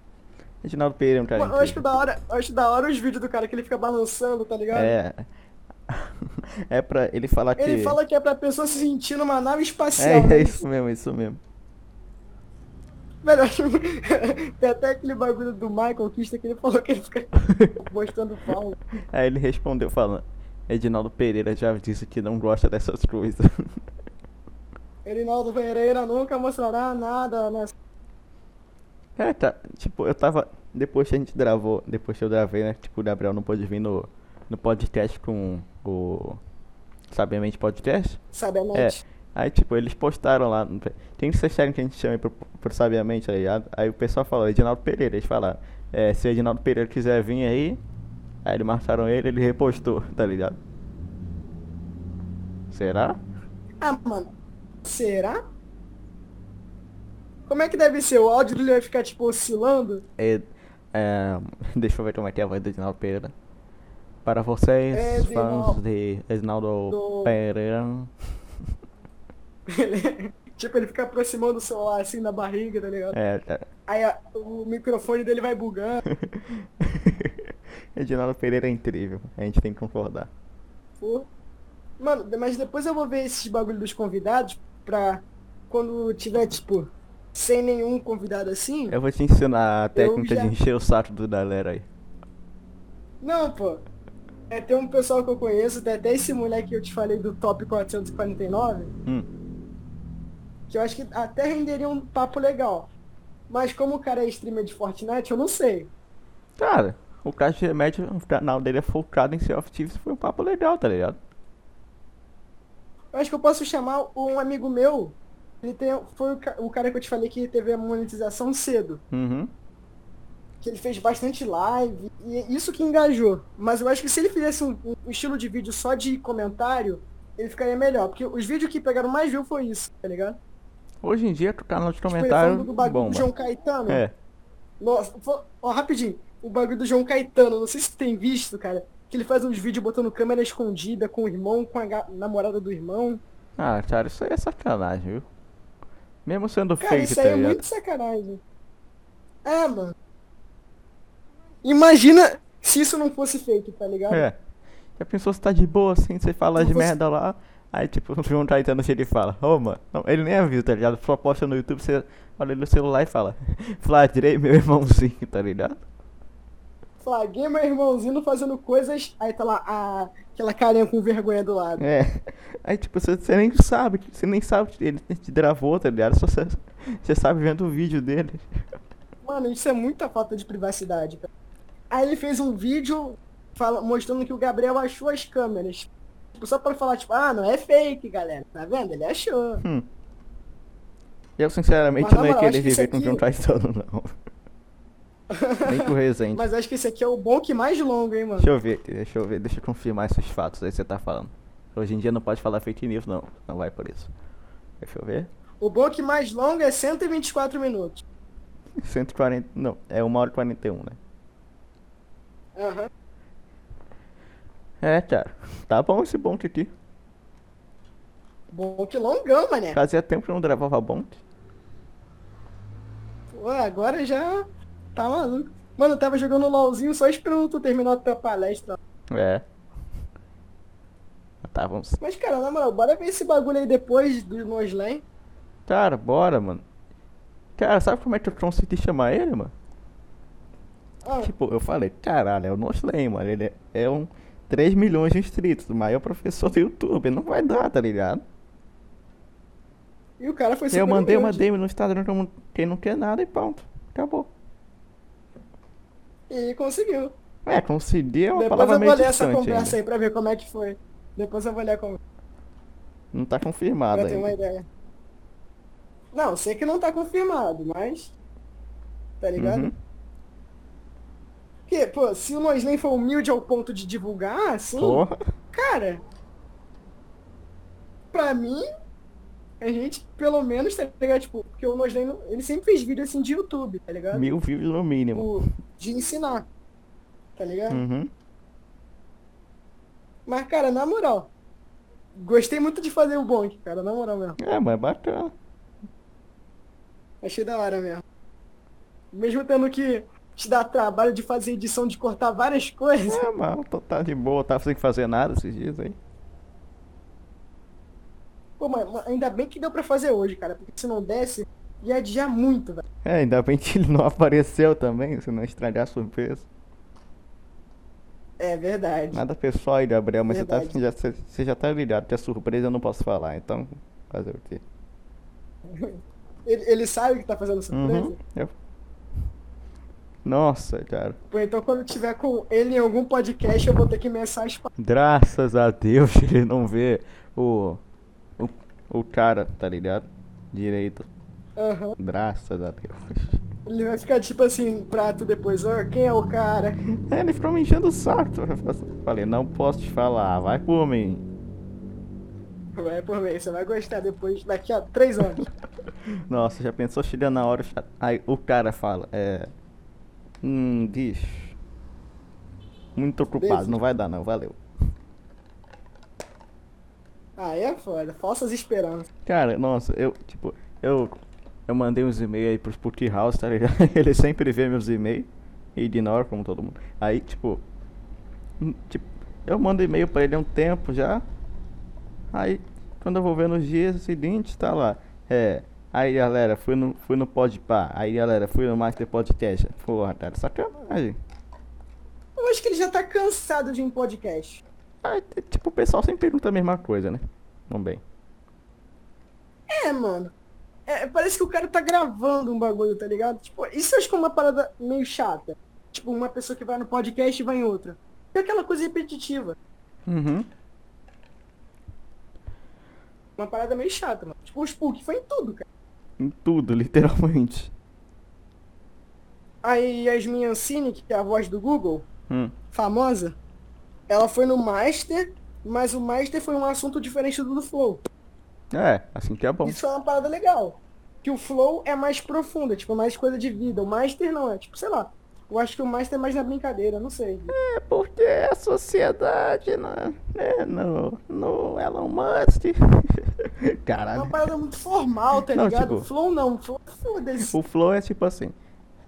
Reginaldo Pereira é um cara.
Mano, eu acho que
incrível.
da hora, eu acho da hora os vídeos do cara que ele fica balançando, tá ligado?
É. É pra ele falar que.
Ele fala que é pra pessoa se sentir numa nave espacial.
é,
né?
é isso mesmo, é isso mesmo.
Velho, eu acho- tem até aquele bagulho do Michael Kista que ele falou que ele fica postando pau.
Aí ele respondeu falando. Edinaldo Pereira já disse que não gosta dessas coisas.
Erinaldo Pereira nunca mostrará nada nessa.
É, tá. Tipo, eu tava. Depois que a gente gravou. Depois que eu gravei, né? Tipo, o Gabriel não pôde vir no, no podcast com o. Sabiamente Podcast.
Sabiamente.
Aí, tipo, eles postaram lá. no- Quem vocês querem que a gente chame pro, pro Sabiamente, tá ligado? Aí o pessoal falou, Edinaldo Pereira. Eles falaram, é, se o Edinaldo Pereira quiser vir aí. Aí eles marcaram ele, ele repostou, tá ligado? Será?
Ah, mano. Será? Como é que deve ser? O áudio dele vai ficar tipo oscilando?
É, é, deixa eu ver como é que é a voz do Edinaldo Pereira. Para vocês,
É, Edinaldo.
fãs de Edinaldo
Do-
Pereira.
Ele- tipo, ele fica aproximando o celular assim na barriga, tá ligado?
É, é.
Aí a- o microfone dele vai bugando.
Edinaldo Pereira é incrível, a gente tem que concordar.
Pô. Mano, mas depois eu vou ver esses bagulho dos convidados pra quando tiver, tipo, sem nenhum convidado assim.
Eu vou te ensinar a técnica
já-
de encher o saco do galera aí.
Não, pô. É, tem um pessoal que eu conheço, tem até esse moleque que eu te falei do top 449,
Hum.
que eu acho que até renderia um papo legal. Mas como o cara é streamer de Fortnite, eu não sei.
Cara, o cara de remédio, o canal dele é focado em ser off foi um papo legal, tá ligado?
Eu acho que eu posso chamar um amigo meu. Ele tem, foi o, ca- o cara que eu te falei que teve a monetização cedo.
Uhum.
Que ele fez bastante live. E é isso que engajou. Mas eu acho que se ele fizesse um, um estilo de vídeo só de comentário, ele ficaria melhor. Porque os vídeos que pegaram mais view foi isso, tá ligado?
Hoje em dia, o canal de
Tipo, ele
comentário
falando do bagulho um do
bomba.
João Caetano.
É,
Nossa, fo- ó, rapidinho. O bagulho do João Caetano, não sei se tu tem visto, cara. Que ele faz uns vídeos botando câmera escondida com o irmão, com a ga- namorada do irmão.
ah, cara, isso aí é sacanagem, viu? Mesmo sendo
Cara,
fake,
isso
tá
aí é
ligado?
muito sacanagem. É, mano. Imagina se isso não fosse fake, tá ligado?
É. Já pensou se tá de boa assim, você fala
Como
de
Tipo, você-
merda lá, aí tipo, o João Caetano chega e fala, ô mano, não, ele nem avisa, tá ligado? Só posta no YouTube, você olha ele no celular e fala, flagrei meu irmãozinho, tá ligado?
Flaguei meu irmãozinho fazendo coisas. Aí tá lá a... aquela carinha com vergonha do lado.
É. Aí tipo, você, você nem sabe, que- você nem sabe que ele te gravou, tá ligado? Só você, você sabe vendo o vídeo dele.
Mano, isso é muita falta de privacidade, cara. Aí ele fez um vídeo fala, mostrando que o Gabriel achou as câmeras. Tipo, só pra falar, tipo, ah, não é fake, galera. Tá vendo? Ele achou.
Hum. Eu sinceramente
Mas, na
não é ia
moral,
querer
acho que isso
viver com o João Caetano, não. nem com o Rezende.
Mas acho que esse aqui é o bom que mais longo, hein, mano.
Deixa eu ver, deixa eu ver, deixa eu confirmar esses fatos aí que você tá falando. Hoje em dia não pode falar fake news, não. Não vai por isso. Deixa eu ver.
O bom que mais longo é 124 minutos.
140. Não, é 1 hora e 41, né?
Aham.
É, cara. Tá bom esse bonk aqui.
Bom que longão, mané.
Fazia tempo que eu não gravava bonk.
Pô, agora já tá maluco. Mano, eu tava jogando LOLzinho só esperando tu terminar a tua palestra.
É. Tá, vamos.
Mas, cara, na moral, bora ver esse bagulho aí depois do Noslen.
Cara, bora, mano. Cara, sabe como é que eu consegui chamar ele, mano?
Ah,
Tipo, eu falei, caralho, é o Noslen, mano. Ele é, é um. 3 milhões de inscritos, é o maior professor do YouTube. Não vai dar, tá ligado?
E o cara foi
Eu
super
mandei uma
humilde.
DM no Instagram como quem não quer nada e pronto. Acabou.
E conseguiu.
É, conseguir é uma
Depois
palavra
eu vou
meio
ler essa
distante ainda.
conversa aí pra ver como é que foi. Depois eu vou ler a conversa,
Não tá confirmado
pra ter uma
ainda.
ideia. Não, sei que não tá confirmado, mas. Tá ligado?
Uhum.
Porque, pô, se o Loislen for humilde ao ponto de divulgar, assim,
Porra.
cara. Pra mim, a gente, pelo menos, tá ligado? Tipo, porque o Loislen, não- ele sempre fez vídeo assim de YouTube, tá ligado?
Mil views no mínimo.
Tipo, de ensinar. Tá ligado?
Uhum.
Mas, cara, na moral, gostei muito de fazer o bonk, cara, na moral mesmo.
É, mas é bacana.
Achei da hora mesmo. Mesmo tendo que te dar trabalho de fazer edição, de cortar várias coisas.
É, mas tô- tá de boa, tá sem fazer nada esses dias aí.
Pô, mas mas ainda bem que deu pra fazer hoje, cara, porque se não desse, ia adiar muito, velho.
É, ainda bem que ele não apareceu também, se não estragar a surpresa.
É verdade.
Nada pessoal aí, Gabriel, mas você, tá,
Verdade.
já, você- você já tá ligado que é surpresa eu não posso falar, então fazer o quê?
Ele, ele sabe que tá fazendo surpresa?
Uhum. eu- Nossa, cara.
Pô, então quando tiver com ele em algum podcast, eu vou ter que mensar as pa-
Graças a Deus ele não vê o, o, o cara, tá ligado? Direito.
Aham.
Graças a Deus.
Ele vai ficar tipo assim, prato depois, ó, quem é o cara?
É, ele ficou me enchendo o saco. Falei, não posso te falar, vai por mim.
Vai por mim, você vai gostar depois, daqui a três anos.
Nossa, já pensou chegando na hora? cha- Aí o cara fala, é. Hum, diz. Muito ocupado,
Beleza.
não vai dar não, valeu.
Ah, é foda. Falsas esperanças.
Cara, nossa, eu, tipo, eu. Eu mandei uns e-mails aí pros Put House, tá ligado? Ele sempre vê meus e-mails e ignora como todo mundo. Aí, tipo. hum, Tipo, eu mando e-mail pra ele há um tempo já. Aí, quando eu vou ver nos dias seguintes, tá lá. É. Aí, galera, fui no, fui no Podpah. Aí, galera, fui no Master Podcast. Porra, cara, sacanagem.
Eu acho que ele já tá cansado de ir em podcast.
Aí, t- tipo, o pessoal sempre pergunta a mesma coisa, né? Também.
É, mano. É, parece que o cara tá gravando um bagulho, tá ligado? Tipo, isso eu acho que é uma parada meio chata. Tipo, uma pessoa que vai no podcast e vai em outra. É aquela coisa repetitiva.
Uhum.
Uma parada meio chata, mano. Tipo, o Spook foi em tudo, cara.
Em tudo, literalmente.
Aí a Yasmin Ancini, que é a voz do Google,
Hum.
famosa, ela foi no Master, mas o Master foi um assunto diferente do do Flow.
É, assim que é bom.
Isso é uma parada legal. Que o flow é mais profundo, é, tipo, mais coisa de vida. O master não, é tipo, sei lá. Eu acho que o master é mais na brincadeira, não sei.
É porque a sociedade, né, né, no, no Elon Musk.
É uma
Caralho.
parada muito formal, tá
Não,
ligado?
tipo-
Flow não, flow é foda-se.
O Flow é tipo assim.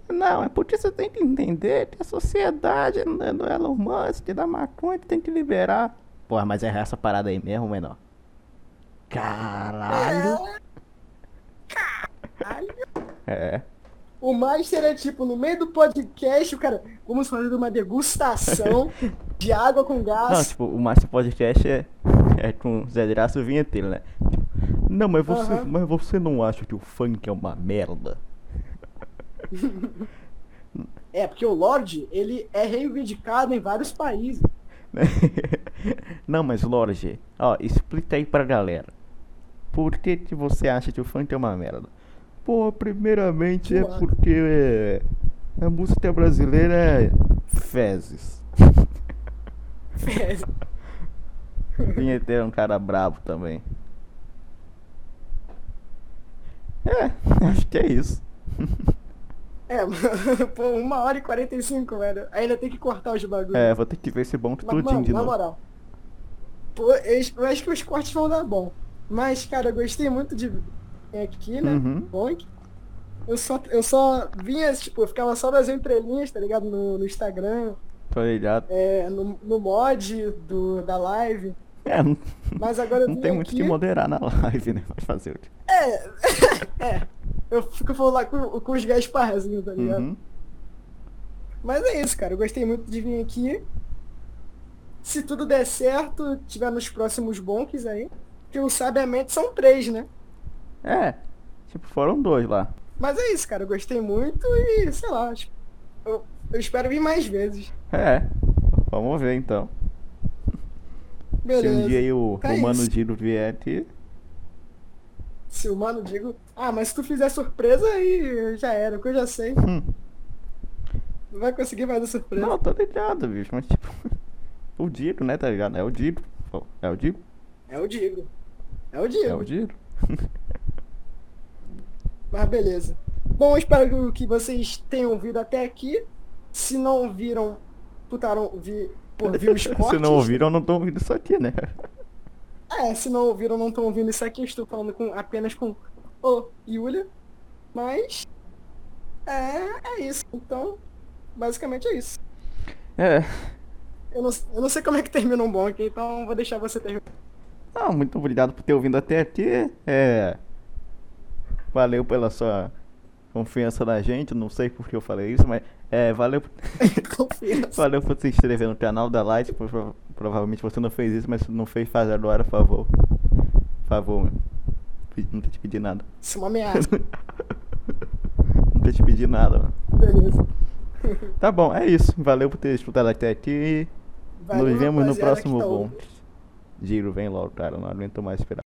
Não, é porque você tem que entender que a sociedade né, do Elon Musk, da maconha, que tem que liberar. Porra, mas é essa parada aí mesmo, menor? Caralho.
Caralho.
É.
O master é tipo, no meio do podcast, o cara, vamos fazer uma degustação de água com
Não,
gás.
tipo, o Master Podcast é, é com Zé Graça e o vinheteiro, né? Não, mas você,
Aham.
mas você não acha que o funk é uma merda?
É, porque o Lorde, ele é reivindicado em vários países.
Não, mas Lorde, ó, explica aí pra galera. Por que, que você acha que o funk é uma merda? Pô, primeiramente é
Ué.
porque é, a música brasileira é fezes. Vinheteiro é um cara brabo também. É, acho que é isso.
É, mano, pô, uma hora e 45, velho. Ainda tem que cortar os bagulhos.
É, vou ter que ver esse bom
Mas,
tudinho
mano,
de
na
novo.
moral. Pô, eu, eu acho que os cortes vão dar bom. Mas, cara, eu gostei muito de vir aqui, né?
Uhum.
Bonk. Eu só, eu só vinha, tipo, eu ficava só nas entrelinhas, tá ligado? No, no Instagram,
Tô tá ligado.
é, no, no mod do, da live.
É, não,
Mas agora eu
não
vim
tem muito o
aqui.
que moderar na live, né? Vai fazer o quê?
É, é. Eu fico falando lá com, com os Gasparzinho, tá ligado?
Uhum.
Mas é isso, cara. Eu gostei muito de vir aqui. Se tudo der certo, tiver nos próximos bonks aí, que o sabiamente são três, né?
É, tipo, foram dois lá.
Mas é isso, cara. Eu gostei muito e, sei lá, acho- eu, eu espero vir mais vezes.
É, vamos ver então. Se
Beleza.
um dia aí o,
Tá
o Mano
isso.
Giro vier aqui,
Se o mano digo, ah, mas se tu fizer surpresa aí já era, que eu já sei.
Hum.
Não vai conseguir fazer surpresa.
Não, tô ligado, bicho, mas tipo. O Diro, né, tá ligado? É o Diro. É o Diro?
É o Digo. É o
É
Digo.
o Diro.
Mas beleza. Bom, eu espero que vocês tenham vindo até aqui. Se não viram, putaram, vi, pô, viram os cortes.
Se não ouviram, eu não tô ouvindo isso aqui, né?
É, se não ouviram, não estão ouvindo isso aqui. eu Estou falando com, apenas com o Yulia. Mas. É, é isso. Então, basicamente é isso.
É.
Eu não, eu não sei como é que termina um bom aqui, então vou deixar você terminar.
Ah, muito obrigado por ter ouvido até aqui. É. Valeu pela sua confiança na gente. Não sei por que eu falei isso, mas. É, valeu,
Confiança.
valeu por se inscrever no canal da Light. por- prova- Provavelmente você não fez isso, mas se não fez, faz agora, por favor. Por favor, meu. Pe- Nunca te pedi nada.
Isso é uma ameaça.
Nunca te pedi nada, mano.
Beleza.
Tá bom, é isso. Valeu por ter escutado até aqui.
Valeu,
Nos vemos no
rapaziada que
próximo
tá
bom.
ouvindo.
Giro, vem logo, cara. Não aguento mais esperar.